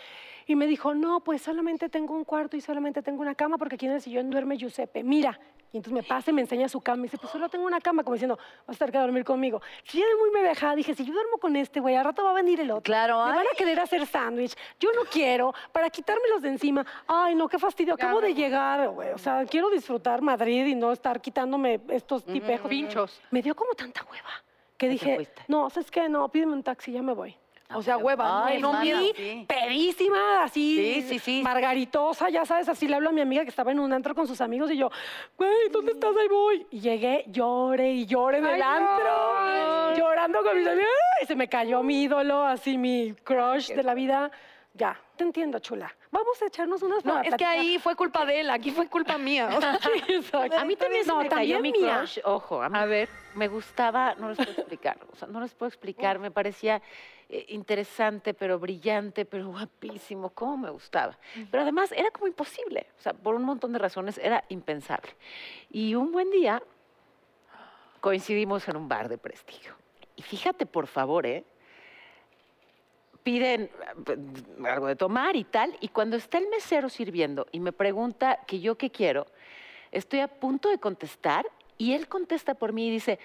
S3: Y Y me dijo, no, pues solamente tengo un cuarto y solamente tengo una cama porque aquí en el sillón duerme Giuseppe, mira. Y entonces me pasa y me enseña su cama. Me dice, pues solo tengo una cama, como diciendo, vas a estar que dormir conmigo. Si yo de muy me dejaba, dije, si yo duermo con este güey, al rato va a venir el otro.
S2: Claro,
S3: [laughs] Me van
S2: ay.
S3: a querer hacer sándwich. Yo no quiero, para quitármelos de encima. Ay, no, qué fastidio, acabo de llegar, güey. O sea, quiero disfrutar Madrid y no estar quitándome estos tipejos.
S1: Pinchos.
S3: Me dio como tanta hueva que
S5: te
S3: dije,
S5: fuiste.
S3: no, ¿sabes qué? No, pídeme un taxi, ya me voy. O sea, hueva.
S2: Ay,
S3: no,
S2: mana,
S3: mi
S2: sí.
S3: pedísima, así,
S2: Sí, sí, sí.
S3: margaritosa, ya sabes, así le hablo a mi amiga que estaba en un antro con sus amigos y yo, güey, ¿dónde estás? Ahí voy. Y llegué, lloré y lloré en el antro, llorando con mis amigos. Y se me cayó mi ídolo, así mi crush de la vida. Ya, te entiendo, chula. Vamos a echarnos unas
S4: No,
S3: para
S4: es que
S3: platicar.
S4: ahí fue culpa de él, aquí fue culpa mía.
S3: [laughs]
S4: o sea,
S3: Exacto.
S5: A mí también se
S3: No,
S5: me cayó
S3: también
S5: mi
S3: mía.
S5: crush. Ojo, a, ver. Me gustaba, no les puedo explicar. O sea, no les puedo explicar. Me parecía eh, interesante, pero brillante, pero guapísimo. Cómo me gustaba. Pero además era como imposible. O sea, por un montón de razones era impensable. Y un buen día coincidimos en un bar de prestigio. Y fíjate, por favor, ¿eh? piden eh, algo de tomar y tal, y cuando está el mesero sirviendo y me pregunta que yo qué quiero, estoy a punto de contestar y él contesta por mí y dice,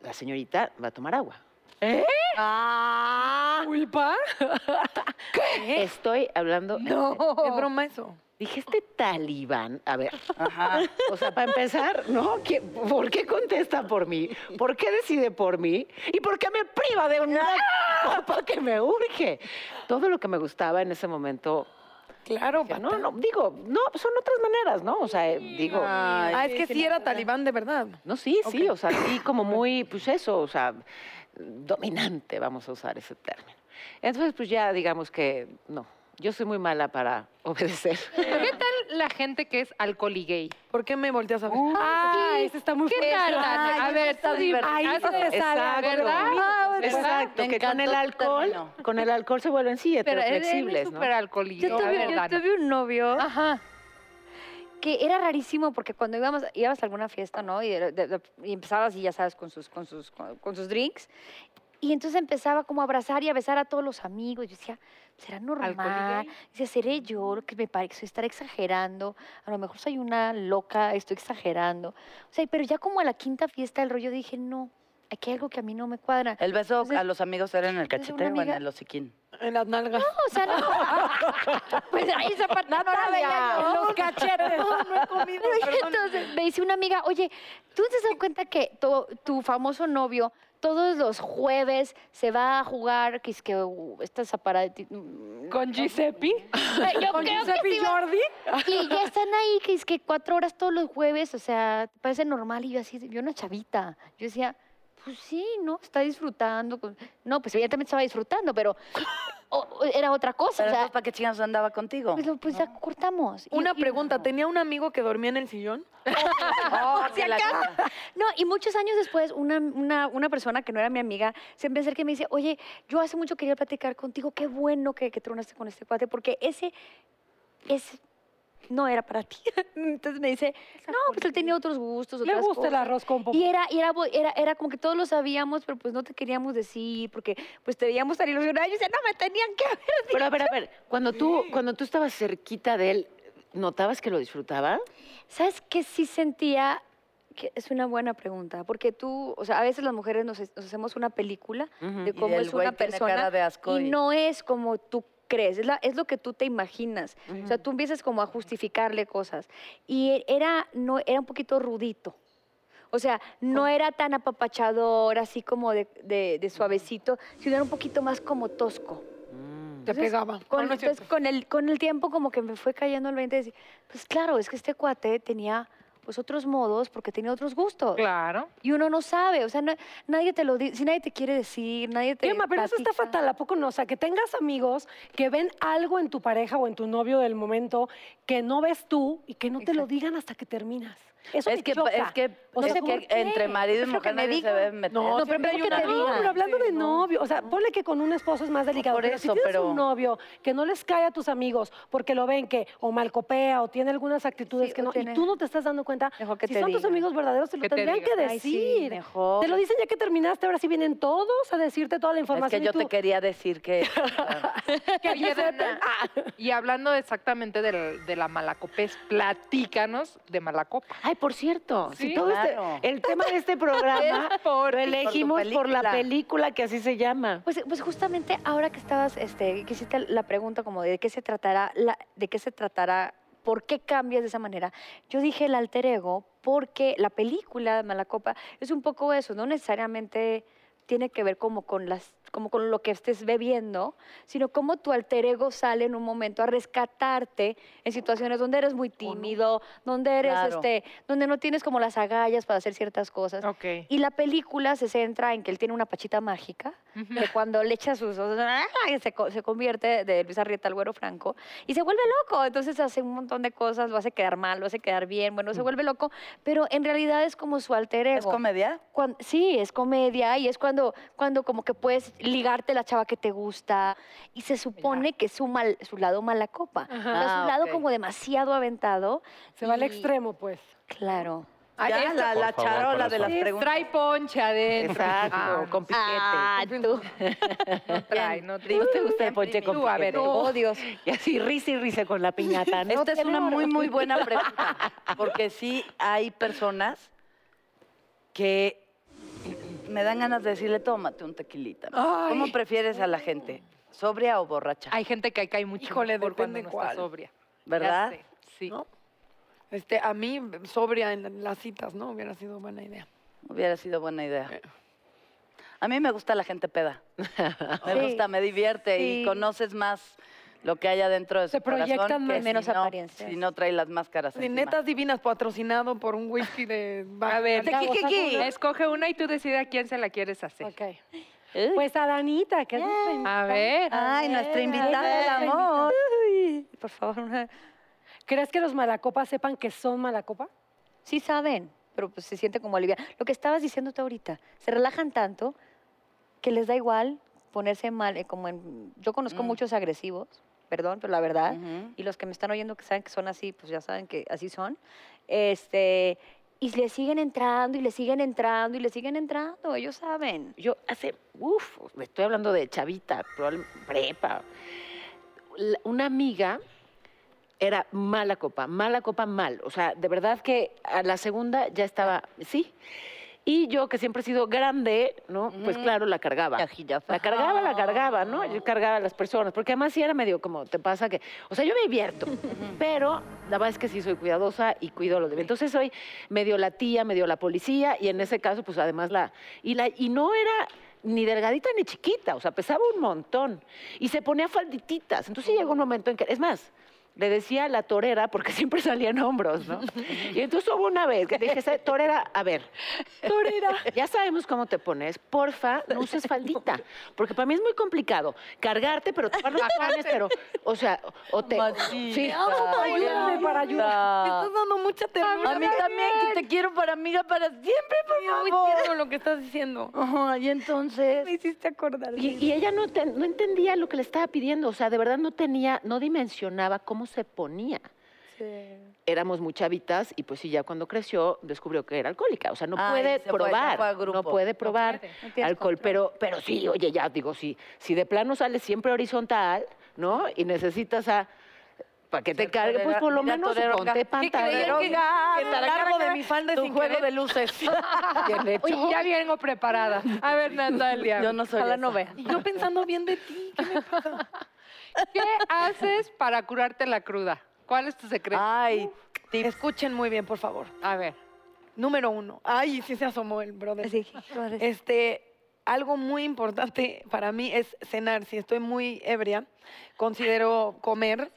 S5: la señorita va a tomar agua. [laughs]
S3: ¿Culpa?
S5: Estoy hablando... en serio.
S4: Es broma eso.
S5: Dije, este talibán, a ver,
S2: Ajá.
S5: o sea, para empezar, ¿no? ¿Qué- ¿Por qué contesta por mí? ¿Por qué decide por mí? ¿Y por qué me priva de una [laughs] copa que me urge? Todo lo que me gustaba en ese momento...
S4: Claro,
S5: dije, No, no, digo, no, son otras maneras, ¿no? O sea, eh, digo...
S2: Ay,
S4: Ah, es que sí era talibán de verdad.
S5: No, sí, sí, o sea, sí, como muy, pues eso, o sea, dominante, vamos a usar ese término. Entonces, pues ya digamos que no, yo soy muy mala para
S2: [laughs]
S5: obedecer.
S1: ¿Qué tal la gente que es alcoholigay?
S4: ¿Por qué me volteas a ver?
S3: Ah, ese está muy
S1: ¿Qué tal? Tania? a ver, tú dime,
S3: Ahí
S1: hazme-
S3: se te sale algo de
S1: Ah, ¿verdad?
S3: conmigo.
S5: Exacto,
S2: Me
S5: que con
S2: encantó
S5: el
S2: tu
S5: alcohol,
S2: término.
S5: con el alcohol se vuelven sí,
S1: Pero él- él es
S5: heteroflexibles, ¿no?
S1: súper alcoholigay.
S8: Yo
S1: A ver,
S8: tuve, yo
S1: Dani.
S8: tuve un novio
S1: Ajá.
S8: que era rarísimo porque cuando íbamos, ibas a alguna fiesta, ¿no? Y, de- de- de- y empezabas y ya sabes, con sus, con, sus, con, con sus drinks. Y entonces empezaba como a abrazar y a besar a todos los amigos. Yo decía, ¿será normal?
S1: Alcoholigay.
S8: Dice, ¿seré yo lo que me parece estar exagerando? A lo mejor soy una loca, estoy exagerando. O sea, pero ya como a la quinta fiesta del rollo dije, no, aquí hay algo que a mí no me cuadra.
S2: El beso
S8: Entonces-
S2: a los amigos era en el
S8: entonces
S2: cachete
S8: una
S2: o en
S8: amiga-
S2: el hociquín.
S4: En las nalgas.
S8: No, o sea, no. [laughs] pues ahí se parte. No, no, no, Los cachetes. No, no he [laughs] comido. entonces me dice una amiga, oye, ¿tú te has dado cuenta que tu, tu famoso novio todos los jueves se va a jugar, que es que uh, estas aparatitos...
S3: ¿Con Giuseppe?
S8: [laughs] Yo
S3: ¿Con
S8: creo que
S3: Giuseppe
S8: sí va-
S3: Jordi?
S8: y ya están ahí, que es que cuatro horas todos los jueves, o sea, ¿te parece normal. Y yo así, yo una chavita. Yo decía, pues sí, ¿no? Está disfrutando. con- No, pues evidentemente estaba disfrutando, pero o- o era otra cosa.
S2: Pero
S8: o sea,
S2: entonces, ¿para qué chingados andaba contigo?
S8: pues, lo- pues ya cortamos. Y-
S4: Una
S8: y-
S4: pregunta, ¿tenía un amigo que dormía en el sillón?
S2: Oh, que la chingada.
S8: No, y muchos años después, una, una, una persona que no era mi amiga se empezó a que me dice, oye, yo hace mucho quería platicar contigo, qué bueno que, que tronaste con este cuate, porque ese, ese no era para ti. [laughs] Entonces me dice, no, pues él tenía otros gustos,
S3: Le
S8: otras
S3: gusta el
S8: cosas".
S3: arroz con
S8: Y
S3: popó.
S8: era, y era, bo- era, era como que todos lo sabíamos, pero pues no te queríamos decir, porque pues te veíamos tan ilusionada. Yo decía, no, me tenían que haber dicho".
S5: Pero a ver, a ver, cuando tú, cuando tú estabas cerquita de él, ¿notabas que lo disfrutaba?
S8: ¿Sabes qué sí sentía? Que es una buena pregunta, porque tú, o sea, a veces las mujeres nos, nos hacemos una película de
S2: Y
S8: cómo
S2: el
S8: es
S2: güey
S8: una
S2: tiene
S8: persona
S2: cara de asco
S8: y
S2: y-
S8: no es como tú crees, es, la- es lo que tú te imaginas. O sea, tú
S4: Mm.
S8: empiezas como a justificarle cosas. Y e- era, no, era un poquito rudito. O sea, no era tan apapachador, así como de, de- de suavecito, sino era un poquito más como tosco.
S4: Te pegaba.
S8: Con,
S4: No, no es
S8: entonces,
S4: cierto.
S8: con el, con el tiempo como que me fue cayendo el 20 de decir, pues claro, es que este cuate tenía pues otros modos porque tenía otros gustos.
S1: Claro.
S8: Y uno no sabe, o sea, no- nadie te lo dice, si nadie te quiere decir, nadie te
S3: Emma, pero eso está
S8: platica.
S3: fatal, ¿a poco no? O sea, que tengas amigos que ven algo en tu pareja o en tu novio del momento que no ves tú y que no te lo digan hasta que terminas. Eso
S2: es
S3: me
S2: que,
S3: choca.
S2: es que,
S3: o
S2: es
S3: sea,
S2: que
S3: ¿por qué?
S2: entre marido y
S8: Es lo
S2: mujer
S8: que me
S2: nadie se
S8: digan.
S2: debe meter.
S4: No,
S8: No,
S4: siempre
S8: pero
S4: hay
S8: primero que
S4: una.
S8: te
S3: No,
S8: digan.
S3: pero hablando de novio, o sea, ponle que con un esposo es más delicado.
S2: Por
S3: pero si
S2: eso,
S3: tienes
S2: pero-
S3: un novio que no les cae a tus amigos porque lo ven que o malcopea o tiene algunas actitudes
S8: Sí,
S3: que
S8: o
S3: no,
S8: tiene-
S3: y tú no te estás dando cuenta,
S8: Mejor que
S3: si
S8: te
S3: son tus
S8: digan.
S3: amigos verdaderos, te lo
S1: Que te
S3: tendrían que
S1: digan.
S8: Ay, sí,
S3: decir.
S8: mejor.
S3: Te lo dicen ya que terminaste, ahora sí vienen todos a decirte toda la
S2: Es
S3: información.
S2: que
S3: y
S2: yo
S3: tú,
S2: te quería decir que...
S1: Oye, Dana, y hablando exactamente del- de la malacopés, platícanos de malacopa.
S5: Ay, por cierto,
S1: Sí,
S5: si todo este-
S2: claro.
S5: el tema de este programa
S1: Es por
S5: lo
S1: ti, por tu
S5: elegimos por, la película que así se llama.
S8: Pues, pues justamente ahora que estabas, este, que hiciste la pregunta como de qué se tratará, la- de qué se tratará, por qué cambias de esa manera, yo dije el alter ego porque la película Malacopa es un poco eso, no necesariamente tiene que ver como con las, como con lo que estés bebiendo, sino cómo tu alter ego sale en un momento a rescatarte en situaciones donde eres muy tímido, donde eres,
S2: Claro.
S8: este, donde no tienes como las agallas para hacer ciertas cosas.
S1: Ok.
S8: Y la película se centra en que él tiene una pachita mágica, que cuando le echa sus ojos, ¡ah! se, co- se convierte de Luis Arrieta al güero franco, y se vuelve loco. Entonces hace un montón de cosas, lo hace quedar mal, lo hace quedar bien, bueno,
S3: Mm.
S8: se vuelve loco, pero en realidad es como su alter ego.
S2: ¿Es comedia?
S8: Cuan- sí, es comedia y es cuando, cuando como que puedes ligarte la chava que te gusta y se supone que es su, mal, su lado mala copa, o sea,
S2: Ah,
S8: su lado
S2: ok.
S8: como demasiado aventado.
S3: Se va al
S8: y-
S3: extremo, pues.
S8: Claro.
S2: Ya, la, la
S10: Por favor,
S2: charola de las
S10: corazón.
S2: preguntas.
S1: Trae poncha adentro.
S5: Exacto,
S1: Ah,
S5: con piquete.
S8: Ah, tú.
S1: no
S8: [laughs]
S1: trae, no trae.
S5: ¿No te gusta el ponche con
S1: Tú, a ver,
S5: piquete?
S1: tú.
S3: oh,
S5: Dios. Y así risa y risa con la piñata, ¿no?
S2: Esta es una muy, muy buena pregunta. Porque sí hay personas que me dan ganas de decirle, tómate un tequilita.
S3: Ay.
S2: ¿Cómo prefieres a la gente? ¿Sobria o borracha?
S1: Hay gente que cae mucho
S4: Híjole,
S1: mejor cuando
S4: depende
S1: no está
S4: cuál.
S1: sobria. Ya
S2: ¿Verdad?
S1: sé, Sí.
S4: ¿No? Este, a mí, sobria en en las citas, ¿no? Hubiera sido buena idea.
S2: Hubiera sido buena idea.
S5: Eh.
S2: A mí me gusta la gente peda. Me gusta, me divierte y
S8: sí.
S2: conoces más lo que hay adentro de su
S3: Se proyectan
S2: corazón
S3: más.
S2: que
S8: Menos
S2: si no,
S8: apariencias.
S2: si no trae las
S3: Pues
S2: máscaras
S4: De
S2: encima.
S4: netas divinas, patrocinado por un
S3: [laughs]
S4: whisky de...
S1: A ver,
S3: Te- que- que- que-
S1: escoge una y tú decide a quién se la quieres hacer.
S3: Ok.
S4: Este.
S3: Pues a Danita, que es nuestra
S1: A
S3: invitada.
S1: ver.
S2: Ay, nuestra invitada del
S3: Ay,
S2: amor.
S8: Por favor, una-
S3: ¿Crees que los malacopas sepan que son malacopa?
S8: sí saben, pero pues se siente como aliviada. Lo que estabas diciendo tú ahorita, se relajan tanto que les da igual ponerse mal, eh, como en, yo conozco
S2: Mm.
S8: muchos agresivos, perdón, pero la verdad,
S2: Ujú.
S8: y los que me están oyendo que saben que son así, pues ya saben que así son, este, y le siguen entrando, y le siguen entrando, y le siguen entrando, ellos saben.
S5: Yo hace, uff, estoy hablando de chavita, probable- prepa. La- Una amiga era mala copa, mala copa mal. O sea, de verdad que a la segunda ya estaba, sí. Y yo, que siempre he sido grande, ¿no? Pues
S2: Ujú.
S5: claro, la cargaba. La cargaba, la cargaba, ¿no? Yo cargaba a las personas, porque además sí era medio como, te pasa que, o sea, yo me divierto, pero la verdad es que sí soy cuidadosa y cuido a los demás. Entonces soy medio la tía, medio la policía, y en ese caso, pues además la, y la, y no era ni delgadita ni chiquita, o sea, pesaba un montón, y se ponía faldititas. Entonces llegó un momento en que, es más, le decía la torera, porque [laughs] siempre salía en hombros, ¿no? Y entonces hubo una vez que le dije, torera, a ver, ya sabemos cómo te pones. Porfa, no uses faldita. Porque para mí es muy complicado cargarte, pero tapar los planes, pero, o sea, o te. Sí.
S3: ayúdame para
S2: ayudar.
S4: Estás dando mucha ternura.
S2: A mí también, que te quiero para amiga para siempre, por
S4: Muy
S2: favor.
S4: tierno lo que estás diciendo.
S2: Ajá, y entonces...
S5: Y, y ella no, te- no entendía lo que le estaba pidiendo. O sea, de verdad no tenía, no dimensionaba cómo se ponía. Éramos muy chavitas y pues sí, ya cuando creció descubrió que era alcohólica. O sea, no
S2: Ay,
S5: puede
S2: se fue, se
S5: probar.
S2: fue a grupo.
S5: no puede probar
S8: No tienes
S5: alcohol. Pero, pero sí, oye, ya digo, sí, si de plano sales siempre horizontal, ¿no? Y necesitas a. Para que te cargue, pues por lo
S2: Mira,
S5: menos
S2: torero,
S5: ponte
S2: mira.
S5: pantalón.
S2: que largo de mi
S4: fan de
S2: Tu juego de luces.
S5: Bien hecho.
S1: Oye, ya vengo preparada. A ver, Natalia.
S2: Yo no soy
S1: ojalá
S2: esa.
S1: no vea.
S4: Y yo pensando bien de ti. ¿qué me pasa?
S1: ¿Qué haces para curarte la cruda? ¿Cuál es tu secreto?
S2: Ay, tips.
S4: Escuchen muy bien, por favor.
S1: A ver.
S4: Número uno. Ay, sí se asomó el brother.
S8: Así, ¿qué vas a decir?
S4: Este, algo muy importante para mí es cenar. Si estoy muy ebria, considero comer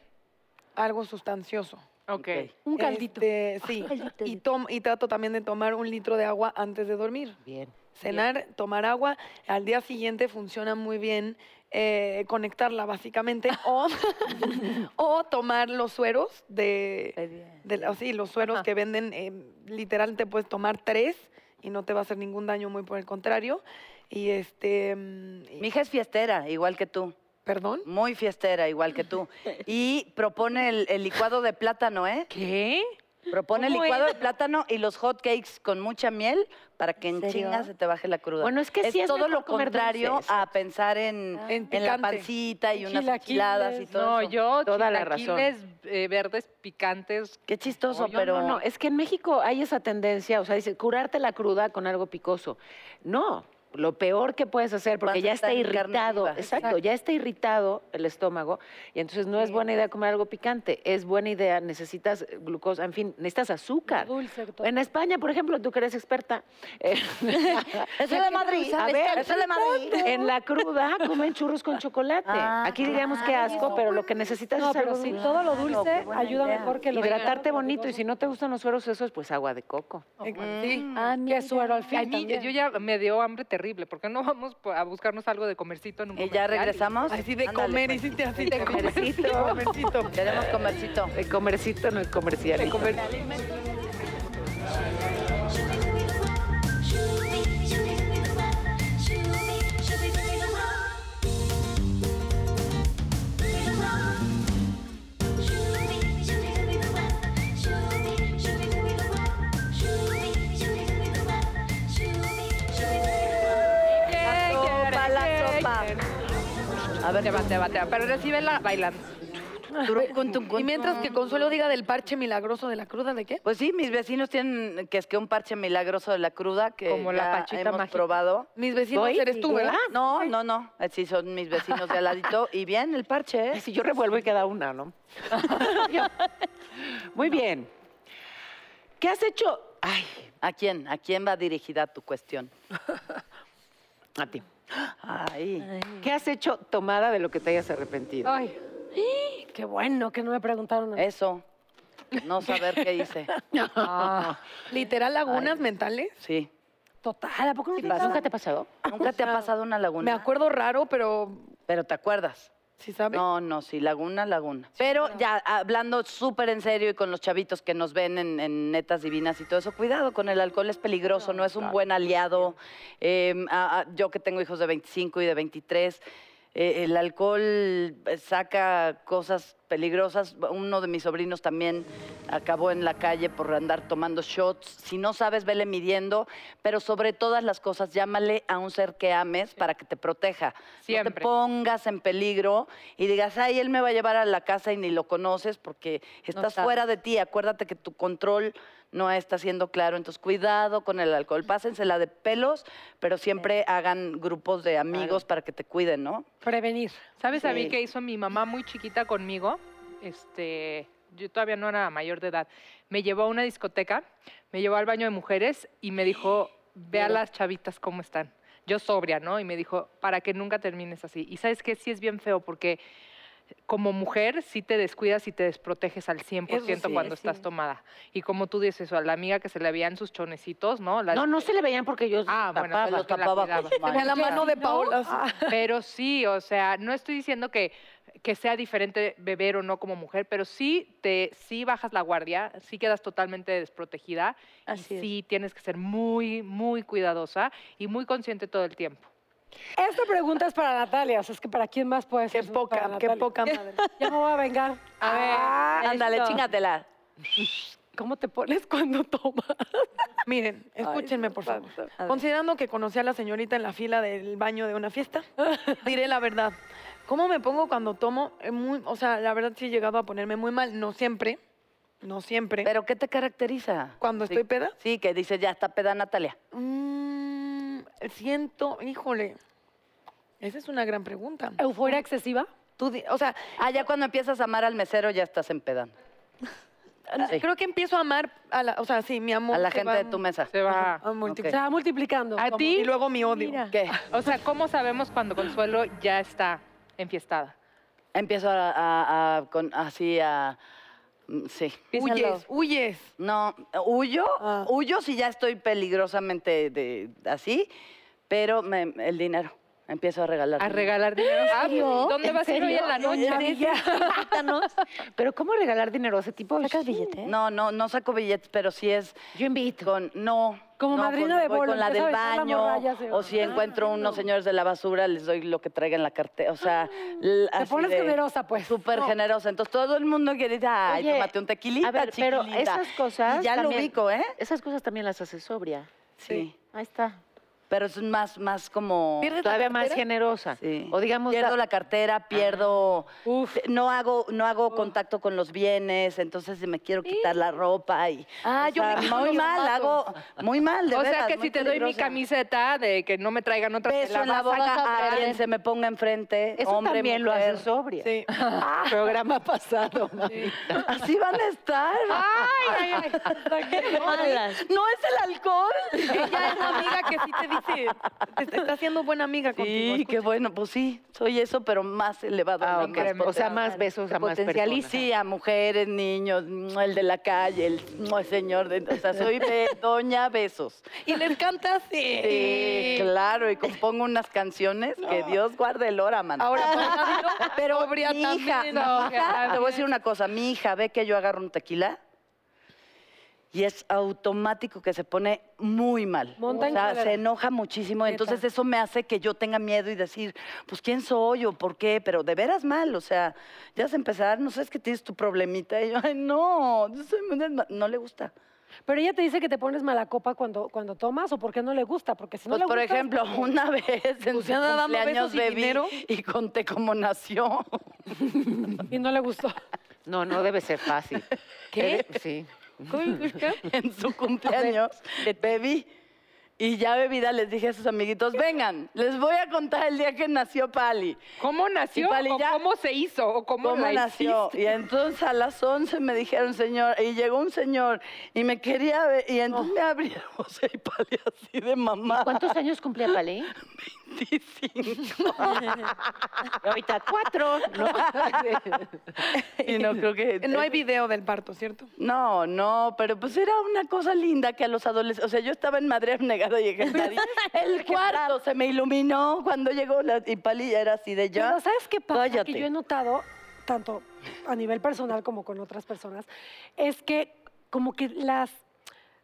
S4: algo sustancioso.
S1: Ok.
S3: Un caldito.
S4: Este, sí.
S8: caldito,
S4: Y,
S8: sí.
S4: tom- y trato también de tomar un litro de agua antes de dormir.
S5: Bien.
S4: Cenar, tomar agua, al día siguiente funciona muy bien eh, conectarla básicamente o, [laughs] o tomar los sueros de, de la- sí, los sueros
S1: Ajá.
S4: que venden, eh, literal te puedes tomar tres y no te va a hacer ningún daño, muy por el contrario. Y este, mm, y-
S2: Mi hija es fiestera, igual que tú.
S4: perdón.
S2: Muy fiestera, igual que tú. Y propone el, el licuado de plátano, ¿eh?
S1: ¿Qué?
S2: Propone el
S8: ¿Cómo
S2: licuado de plátano y los hot cakes con mucha miel para que en,
S8: ¿En serio?
S2: chinga se te baje la cruda.
S6: Bueno, es que sí es
S2: todo
S6: mejor
S2: lo
S6: comer
S2: contrario
S6: dulces.
S2: a pensar en,
S4: Ah. En
S2: en, la
S4: picante.
S2: pancita y unas
S3: Chilaquiles,
S2: enchiladas y todo
S1: No,
S2: eso.
S1: yo
S5: Toda la razón.
S1: chilaquiles, eh, verdes picantes.
S2: Qué chistoso,
S1: No, yo
S2: pero...
S5: No, no, es que en México hay esa tendencia, o sea, dice, curarte la cruda con algo picoso. No, lo peor que puedes hacer, porque
S2: Vas a
S5: ya
S2: estar
S5: está
S2: en carne
S5: irritado,
S2: viva.
S5: exacto, ya está irritado el estómago, y entonces no es buena idea comer algo picante, es buena idea, necesitas eh, glucosa, en fin, necesitas
S4: Este,
S5: azúcar.
S3: Dulce. todo.
S5: En España, por ejemplo, tú que eres experta. [laughs] eh,
S2: [laughs] Eso es de Madrid,
S5: a ver,
S2: eso es de Madrid.
S5: en la cruda comen churros con chocolate.
S2: Ah,
S5: Aquí diríamos que asco, pero lo que necesitas
S3: No,
S5: es algo pues,
S3: pero sí,
S5: así.
S3: todo lo
S2: Claro,
S3: dulce
S2: qué buena
S3: ayuda
S2: idea.
S3: mejor que lo
S5: Hidratarte
S3: picante,
S5: bonito, y si
S3: picoso.
S5: no te gustan los sueros esos, pues agua de coco.
S2: Mm.
S4: Sí.
S8: Ah,
S3: Qué
S8: mira.
S3: suero al fin.
S1: A mí,
S3: también.
S1: yo ya me dio hambre terrible. ¿Por qué no vamos po- a buscarnos algo de comercito en un
S2: ¿Y Eh, ya
S1: comercial?
S2: regresamos?
S4: Así de
S2: Ándale,
S4: comer,
S2: pues.
S4: hiciste así de
S1: [laughs]
S5: comercito.
S4: comercito.
S2: Queremos comercito.
S5: El comercito no es comercial.
S2: La sopa, la sopa. A ver,
S1: Te va, te va, te va. Pero recíbela bailando.
S2: turum, cun, tum, cun,
S4: Y mientras
S2: tum.
S4: que Consuelo diga del parche milagroso de la cruda, ¿de qué?
S2: Pues sí, mis vecinos tienen que es que un parche milagroso de la cruda que
S1: Como la
S2: ya
S1: pachita
S2: hemos
S1: mágica.
S2: probado. Ah,
S4: Mis vecinos eres tú, ¿verdad?
S2: No, no, no. eh, Sí, son mis vecinos de al ladito. Y bien, el parche, ¿eh?
S5: Si yo revuelvo y queda una, [laughs] ¿no? Muy bien. ¿Qué has hecho? Ay,
S2: ¿A quién? ¿A quién va dirigida tu cuestión?
S5: a ti.
S2: Ay.
S5: ¿Qué has hecho tomada de lo que te hayas arrepentido?
S3: Ay, qué bueno que no me preguntaron. a mí.
S2: Eso. No saber qué hice.
S4: Literal lagunas mentales.
S2: Sí.
S3: Total, ¿a poco no te
S2: pasa.
S3: pasa?
S5: ¿Nunca te ha pasado?
S2: ¿Nunca te ha pasado una
S4: Me
S2: laguna?
S4: acuerdo raro, pero
S2: Pero te acuerdas.
S4: si sabes.
S2: No, no, sí, laguna, laguna. Pero ya hablando súper en serio y con los chavitos que nos ven en, en netas divinas y todo eso, cuidado con el alcohol, es peligroso, no, es un buen aliado. Eh, a- a- yo que tengo hijos de 25 y de 23, eh, el alcohol eh, saca cosas peligrosas. Uno de mis sobrinos también acabó en la calle por andar tomando shots. Si no sabes, vele midiendo, pero sobre todas las cosas, llámale a un ser que ames para que te proteja. No te
S1: Siempre.
S2: pongas en peligro y digas, ay, él me va a llevar a la casa y ni lo conoces porque estás fuera de ti. Acuérdate que tu control no está siendo claro. Entonces, cuidado con el alcohol. Pásensela de pelos, pero siempre hagan grupos de amigos para que te cuiden, ¿no?
S3: Prevenir.
S1: ¿Sabes a
S2: Sí.
S1: mí qué hizo mi mamá muy chiquita conmigo? Este, yo todavía no era mayor de edad. Me llevó a una discoteca, me llevó al baño de mujeres y me dijo, ve a las chavitas cómo están. Yo sobria, ¿no? Y me dijo, para que nunca termines así. Y sabes qué, sí es bien feo porque como mujer sí te descuidas y te desproteges al 100%
S2: sí,
S1: cuando estás tomada. Y como tú dices, a la amiga que se le veían sus chonecitos, ¿no? La-
S5: No, no se le veían porque yo
S1: Ah, bueno,
S5: tapaba.
S1: pues
S2: Lo
S1: tú la
S2: tapaba
S1: cuidabas.
S2: con
S4: Ve la
S2: mano.
S4: mano de Paola. así.
S1: Pero sí, o sea, no estoy diciendo que, que sea diferente beber o no como mujer, pero sí te sí bajas la guardia, sí quedas totalmente desprotegida y
S8: Así es.
S1: sí tienes que ser muy muy cuidadosa y muy consciente todo el tiempo.
S3: Esta pregunta es para Natalia, o sea, es que para quién más puede
S4: Qué
S3: ser. sino para
S4: poca, qué
S3: Natalia.
S4: poca madre.
S3: [laughs] Ya me voy a vengar.
S2: A ver, ándale,
S3: eso.
S2: chingatela.
S3: ¿Cómo te pones [laughs] cuando tomas?
S4: Miren, escúchenme, por favor. Considerando que conocí a la señorita en la fila del baño de una fiesta, diré la verdad. ¿Cómo me pongo cuando tomo? Eh, muy- o sea, la verdad sí he llegado a ponerme muy mal. No siempre, no siempre.
S2: ¿Pero qué te caracteriza?
S4: cuando
S2: Sí.
S4: estoy peda,
S2: Sí, que dice, ya está peda Natalia.
S4: mm, siento, híjole, esa es una gran pregunta.
S3: ¿Euforia excesiva?
S4: Tú di- o sea,
S2: Ah, ya cuando empiezas a amar al mesero ya estás empedando. Sí.
S4: [laughs] creo que empiezo a amar a la, o sea, sí, mi amor.
S2: A la
S4: se
S2: gente
S4: va
S2: de tu mesa.
S1: Se va.
S4: a multiplicar.
S3: Se va multiplicando.
S1: ¿A
S3: como-
S1: ti?
S4: Y luego mi odio.
S2: ¿Qué?
S1: O sea, ¿cómo sabemos cuando Consuelo ya está enfiestada?
S2: Empiezo a, a- a- con, así a... mm, Sí.
S4: Huyes, huyes.
S2: No, huyo,
S4: Ah.
S2: huyo si ya estoy peligrosamente de, así, pero me- el dinero. Empiezo a regalar.
S1: A
S2: dinero.
S1: regalar dinero. Ah, pues,
S8: serio?
S1: ¿Dónde
S8: ¿En
S1: vas a ir hoy
S8: serio?
S1: en la noche?
S3: [laughs]
S2: [laughs]
S5: Pero ¿cómo regalar dinero? Ese tipo...
S8: ¿Sacas billete?
S2: No, no, no saco billetes, pero si es. Yo invito. Con, no.
S3: Como
S2: no,
S3: madrina
S2: con-
S3: de
S2: voy
S3: bolo,
S2: Con la
S3: empieza
S2: del
S3: a besar la
S2: baño.
S3: morra, ya se va.
S2: o si
S3: Ah,
S2: encuentro unos señores de la basura, les doy lo que traiga en la cartera. O sea, l-
S3: Ah, Te
S2: así
S3: pones
S2: de-
S3: generosa, pues.
S2: Súper generosa. Entonces todo el mundo quiere decir, ay,
S5: Oye,
S2: tómate un tequilita,
S5: a ver, pero
S2: chiquilita".
S5: esas cosas
S2: Y ya lo
S5: también-
S2: ubico, ¿eh?
S5: Esas cosas también las haces sobria.
S2: Sí.
S5: Ahí está.
S2: Pero es más, más como.
S5: Todavía más generosa.
S2: Sí.
S5: O digamos...
S2: pierdo
S5: da-
S2: la cartera, pierdo, te- no hago, no hago contacto con los bienes, entonces me quiero quitar la ropa y,
S8: Ah,
S2: o
S8: yo me
S2: sea,
S8: quito
S2: muy
S8: los
S2: mal, hago
S8: zapatos.
S2: muy mal, de
S1: o sea
S2: veras,
S1: que
S2: muy
S1: si te doy mi
S2: peligrosa.
S1: camiseta de que no me traigan otra te
S2: beso en la
S1: vas a
S2: boca ah,
S1: quitar.
S2: a alguien se me ponga enfrente,
S5: Eso
S2: hombre,
S5: también lo
S2: mujer.
S5: haces sobria.
S2: Sí. [laughs]
S5: Programa pasado.
S2: Así van a estar.
S1: Ay, ay, ay.
S8: Malas.
S2: No es el alcohol.
S4: Ella es la amiga que sí te dice, te- te está haciendo buena amiga contigo.
S2: Sí, qué bueno, pues sí, soy eso, pero más elevado.
S5: Ah,
S2: más
S5: ok.
S2: potente.
S5: O sea, más besos a más personas.
S2: Sí, a mujeres, niños, mm, el de la calle, el, mm, el señor. de- o sea, soy de Doña Besos.
S4: Y les canta así.
S2: Sí, claro, y compongo unas canciones que Dios guarde el hora, mano.
S1: Ahora,
S2: [laughs] pero
S1: sobria
S2: mi hija,
S1: también,
S2: mi
S1: no,
S2: hija,
S1: también.
S2: [laughs] te voy a decir una cosa, mi hija ve que yo agarro un tequila y es automático que se pone muy mal.
S3: Monta
S2: o sea,
S3: en
S2: se enoja muchísimo, entonces eso me hace que yo tenga miedo y decir, pues quién soy o por qué, pero de veras mal, o sea, ya se empezar, no sabes que tienes tu problemita y yo, ay, no, yo soy muy desma-". no le gusta.
S3: Pero ella te dice que te pones mala copa cuando, cuando tomas o porque no le gusta, porque si no
S2: Pues,
S3: le
S2: por
S3: gusta, es
S2: ejemplo, [laughs] una vez en
S4: Pues,
S2: su
S4: ya dando
S2: cumpleaños
S4: besos y
S2: bebí
S4: dinero.
S2: y conté cómo nació.
S3: Y no le gustó.
S5: No, no debe ser fácil. [laughs] ¿Qué? Sí.
S2: [laughs] en su cumpleaños, bebí. Y ya bebida les dije a sus amiguitos, vengan, les voy a contar el día que nació Pali.
S1: ¿Cómo nació?
S2: Y Pali,
S1: o
S2: ya-
S1: ¿Cómo se hizo? ¿O cómo,
S2: ¿Cómo
S1: la
S2: nació?
S1: hiciste?
S2: Y entonces a las 11 me dijeron, señor, y llegó un señor y me quería ver, y entonces me abrieron, o sea, y Pali así de mamá.
S5: ¿Cuántos años cumplía Palé?
S2: 25.
S5: Ahorita cuatro. [laughs] ¿no?
S2: Y no creo que...
S4: No hay video del parto, ¿cierto?
S2: No, no, pero pues era una cosa linda que a los adolescentes, o sea, yo estaba en madre abnegada y ejemplar, y el cuarto se me iluminó cuando llegó la, y Pali ya era así de ya.
S3: Pero Pues, ¿sabes qué pasa?
S2: cállate.
S3: Que yo he notado, tanto a nivel personal como con otras personas, es que como que las,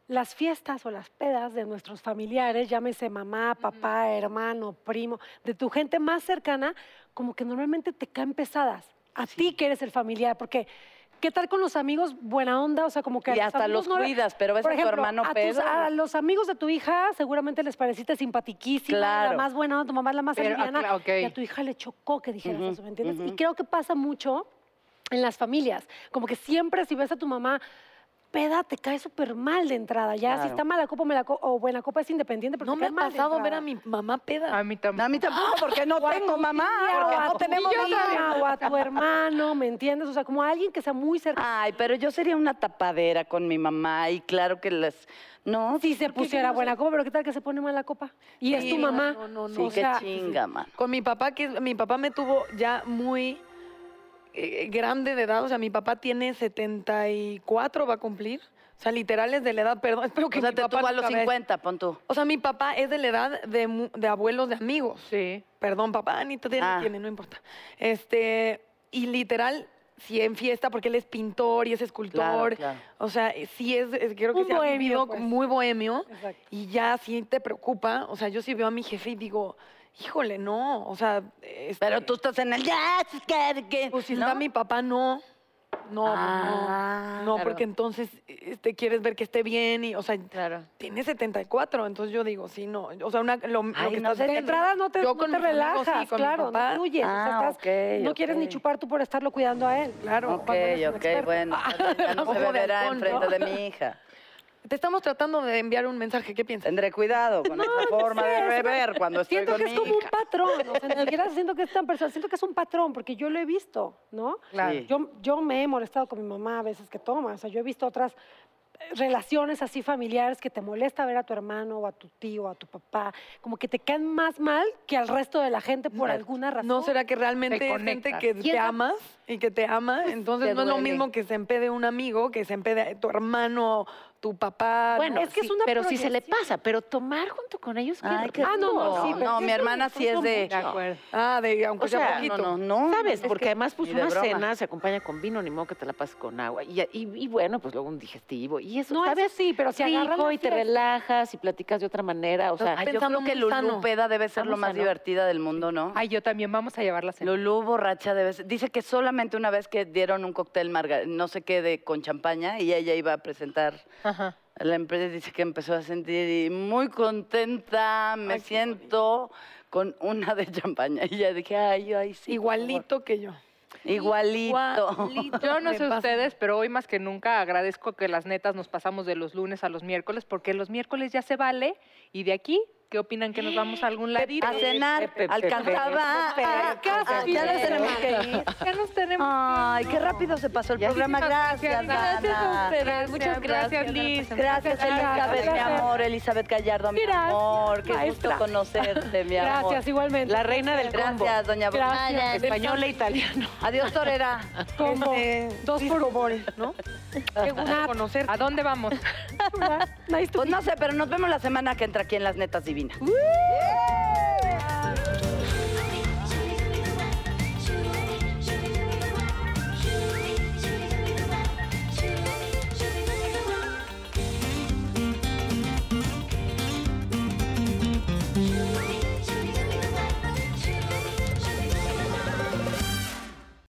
S3: las fiestas o las pedas de nuestros familiares, llámese mamá, papá, hermano, primo, de tu gente más cercana, como que normalmente te caen pesadas. A ti que eres el familiar, porque... ¿Qué tal con los amigos? Buena onda, o sea, como que... a
S2: Y hasta los
S3: amigos no le-
S2: cuidas, pero ves
S3: Por
S2: a tu
S3: ejemplo,
S2: hermano
S3: a tus-
S2: pedo.
S3: a los amigos de tu hija seguramente les pareciste simpatiquísima, la
S2: Claro.
S3: más buena, onda, tu mamá es la más
S1: Pero, ah,
S3: aliviana,
S1: claro, ok.
S3: y a tu hija le chocó que dijeras
S2: Ujú,
S3: eso, ¿me entiendes? Y
S2: ujú.
S3: creo que pasa mucho en las familias, como que siempre si ves a tu mamá peda, te cae súper mal de entrada, ya si
S2: Claro.
S3: está mala copa o mala co- o buena copa es independiente, pero
S4: No
S3: te
S4: me
S3: cae
S4: ha
S3: mal de
S4: pasado ver
S3: entrada.
S4: a mi mamá peda.
S1: A mí también.
S2: A mí
S3: Ah,
S2: tampoco, porque no tengo mamá,
S3: Claro,
S2: porque
S3: a
S2: no
S3: tu
S2: tenemos
S3: tía,
S2: mamá.
S3: o a tu hermano, ¿me entiendes? O sea, como alguien que sea muy cercano.
S2: Ay, pero yo sería una tapadera con mi mamá y claro que las... No,
S3: si se pusiera buena copa, pero ¿qué tal que se pone mala copa? Y es
S4: Sí,
S3: tu
S4: no,
S3: mamá.
S4: no, no, no.
S2: sí,
S3: O
S2: qué
S3: sea,
S2: chinga, man.
S4: Con mi papá, que mi papá me tuvo ya muy eh, grande de edad. O sea, mi papá tiene 74, va a cumplir. O sea, literal es de la edad, perdón. [laughs] Espero que
S2: O sea,
S4: mi
S2: te
S4: papá
S2: tuvo a los
S4: nunca vea esto.
S2: 50, pon tú.
S4: O sea, mi papá es de la edad de, mu- de abuelos de amigos.
S1: Sí.
S4: Perdón, papá, ni todavía
S2: Ah.
S4: ni tiene, no importa. Este, y literal, si en fiesta, porque él es pintor y es escultor.
S2: claro.
S4: O sea, eh, sí es, es- creo que
S3: Un
S4: se ha
S3: bohemio,
S4: vivido
S3: pues.
S4: muy bohemio.
S3: Exacto.
S4: Y ya sí te preocupa. O sea, yo sí veo a mi jefe y digo, híjole, no. O sea, este,
S2: Pero tú estás en el... ya, es que- que-
S3: Uh,
S4: pues si
S2: ¿no?
S4: está mi papá, no. No, pues,
S5: Ah,
S4: no. No,
S5: claro.
S4: porque entonces este, quieres ver que esté bien y, o sea, tiene 74, entonces yo digo, sí, no. O sea, una, lo, lo
S2: Ay,
S4: que
S2: no
S4: estás
S2: sé,
S3: De
S4: viendo.
S3: entrada no te,
S4: Yo
S3: no
S4: con
S3: te
S4: mis amigos,
S3: relajas,
S4: sí, con mi
S3: claro, no
S4: papá.
S3: fluyes, o sea,
S2: Ah,
S3: estás-
S2: ok,
S3: no quieres ni
S2: ok.
S3: chupar tú por estarlo cuidando a él.
S4: Claro.
S2: Ok,
S3: cuando eres un
S2: ok,
S3: experto. Ah,
S2: bueno, entonces
S3: [laughs]
S2: ya no
S4: Ojo
S2: se
S4: de
S2: beberá
S4: halcón,
S2: enfrente
S4: ¿no?
S2: de mi hija.
S4: Te estamos tratando de enviar un mensaje, ¿qué piensas?
S2: Tendré cuidado con esa forma de beber cuando estoy
S3: Siento
S2: con
S3: que
S2: mi
S3: es como un
S2: hija.
S3: patrón, o sea, ni siquiera siento que es tan personal, siento que es un patrón, porque yo lo he visto, ¿no?
S2: Claro. Sí.
S3: Yo, yo me he molestado con mi mamá a veces que toma, o sea, yo he visto otras eh, relaciones así familiares que te molesta ver a tu hermano o a tu tío o a tu papá, como que te caen más mal que al resto de la gente por
S2: Exacto.
S3: alguna razón.
S4: ¿No será que realmente
S1: Te
S4: es gente
S1: conectas.
S4: que te amas y que te ama? Entonces
S2: te
S4: no es lo
S2: duele.
S4: mismo que se empede un amigo, que se empede tu hermano, tu papá.
S5: Bueno,
S4: ¿no?
S5: es que es una pero si se le
S4: proyección.
S5: pasa, pero tomar junto con ellos, qué
S2: Ay, qué
S5: rico.
S4: Ah, no, no,
S2: rico.
S4: sí, pero
S2: no,
S4: sí
S2: mi
S4: es
S2: hermana sí es de...
S1: De acuerdo.
S4: Ah, de, aunque
S5: O
S4: sea,
S5: sea,
S4: poquito.
S2: No, no, no.
S5: ¿Sabes?
S2: Es
S5: Porque
S2: que
S5: además, pues
S2: ni de
S5: una
S2: broma.
S5: cena se acompaña con vino, ni modo que te la pases con agua. Y, y- y bueno, pues luego un digestivo. Y eso,
S3: No,
S5: ¿sabes?
S3: eso sí, pero si agarran
S5: rico
S3: la
S5: y te
S3: fiesta.
S5: relajas y platicas de otra manera. O sea,
S2: Ay, yo
S4: pensando
S2: creo que
S4: muy
S2: Lulú
S4: sano.
S2: Peda debe ser lo
S5: Vamos a
S2: más
S5: no.
S2: divertida del mundo, ¿no?
S1: Ay, yo también. Vamos a llevarla a cenar.
S2: Lulú borracha debe ser. Dice que solamente una vez que dieron un cóctel marga- no sé qué, de, con champaña, y ella iba a presentar
S1: Ajá.
S2: a la empresa, dice que empezó a sentir y muy contenta, me siento con una de champaña. Y ya dije, ay, ay, sí. por favor.
S4: igualito que yo.
S2: Igualito. [laughs]
S1: Yo no sé ustedes, pero hoy más que nunca agradezco que las netas nos pasamos de los lunes a los miércoles, porque los miércoles ya se vale. Y de aquí, ¿qué opinan que nos vamos a algún ladito?
S2: A cenar,
S5: Pepe, Pepe,
S2: alcanzaba.
S5: Pepe,
S2: Ah,
S5: Pepe,
S2: ah,
S5: Pepe.
S2: Ya nos tenemos que ir.
S1: Ya nos tenemos.
S2: Ay, qué rápido se pasó el programa. Gracias,
S1: Gracias a
S2: Dana.
S1: ustedes. Muchas gracias, Liz.
S2: Gracias, Elizabeth, mi amor. Elizabeth Gallardo, mi
S3: Gracias,
S2: amor. Qué
S3: maestra.
S2: gusto conocerte, mi amor.
S3: Gracias, igualmente.
S5: la reina del combo.
S2: Gracias, doña Bonita.
S3: Gracias.
S5: Española e italiano.
S2: Adiós, torera.
S3: Combo.
S4: Este,
S3: Dos por un.
S4: ¿no? Qué gusto conocerte.
S1: ¿A dónde vamos?
S3: [laughs] Nice to
S2: Pues no sé, pero nos vemos la semana que entra aquí en Las Netas Divinas.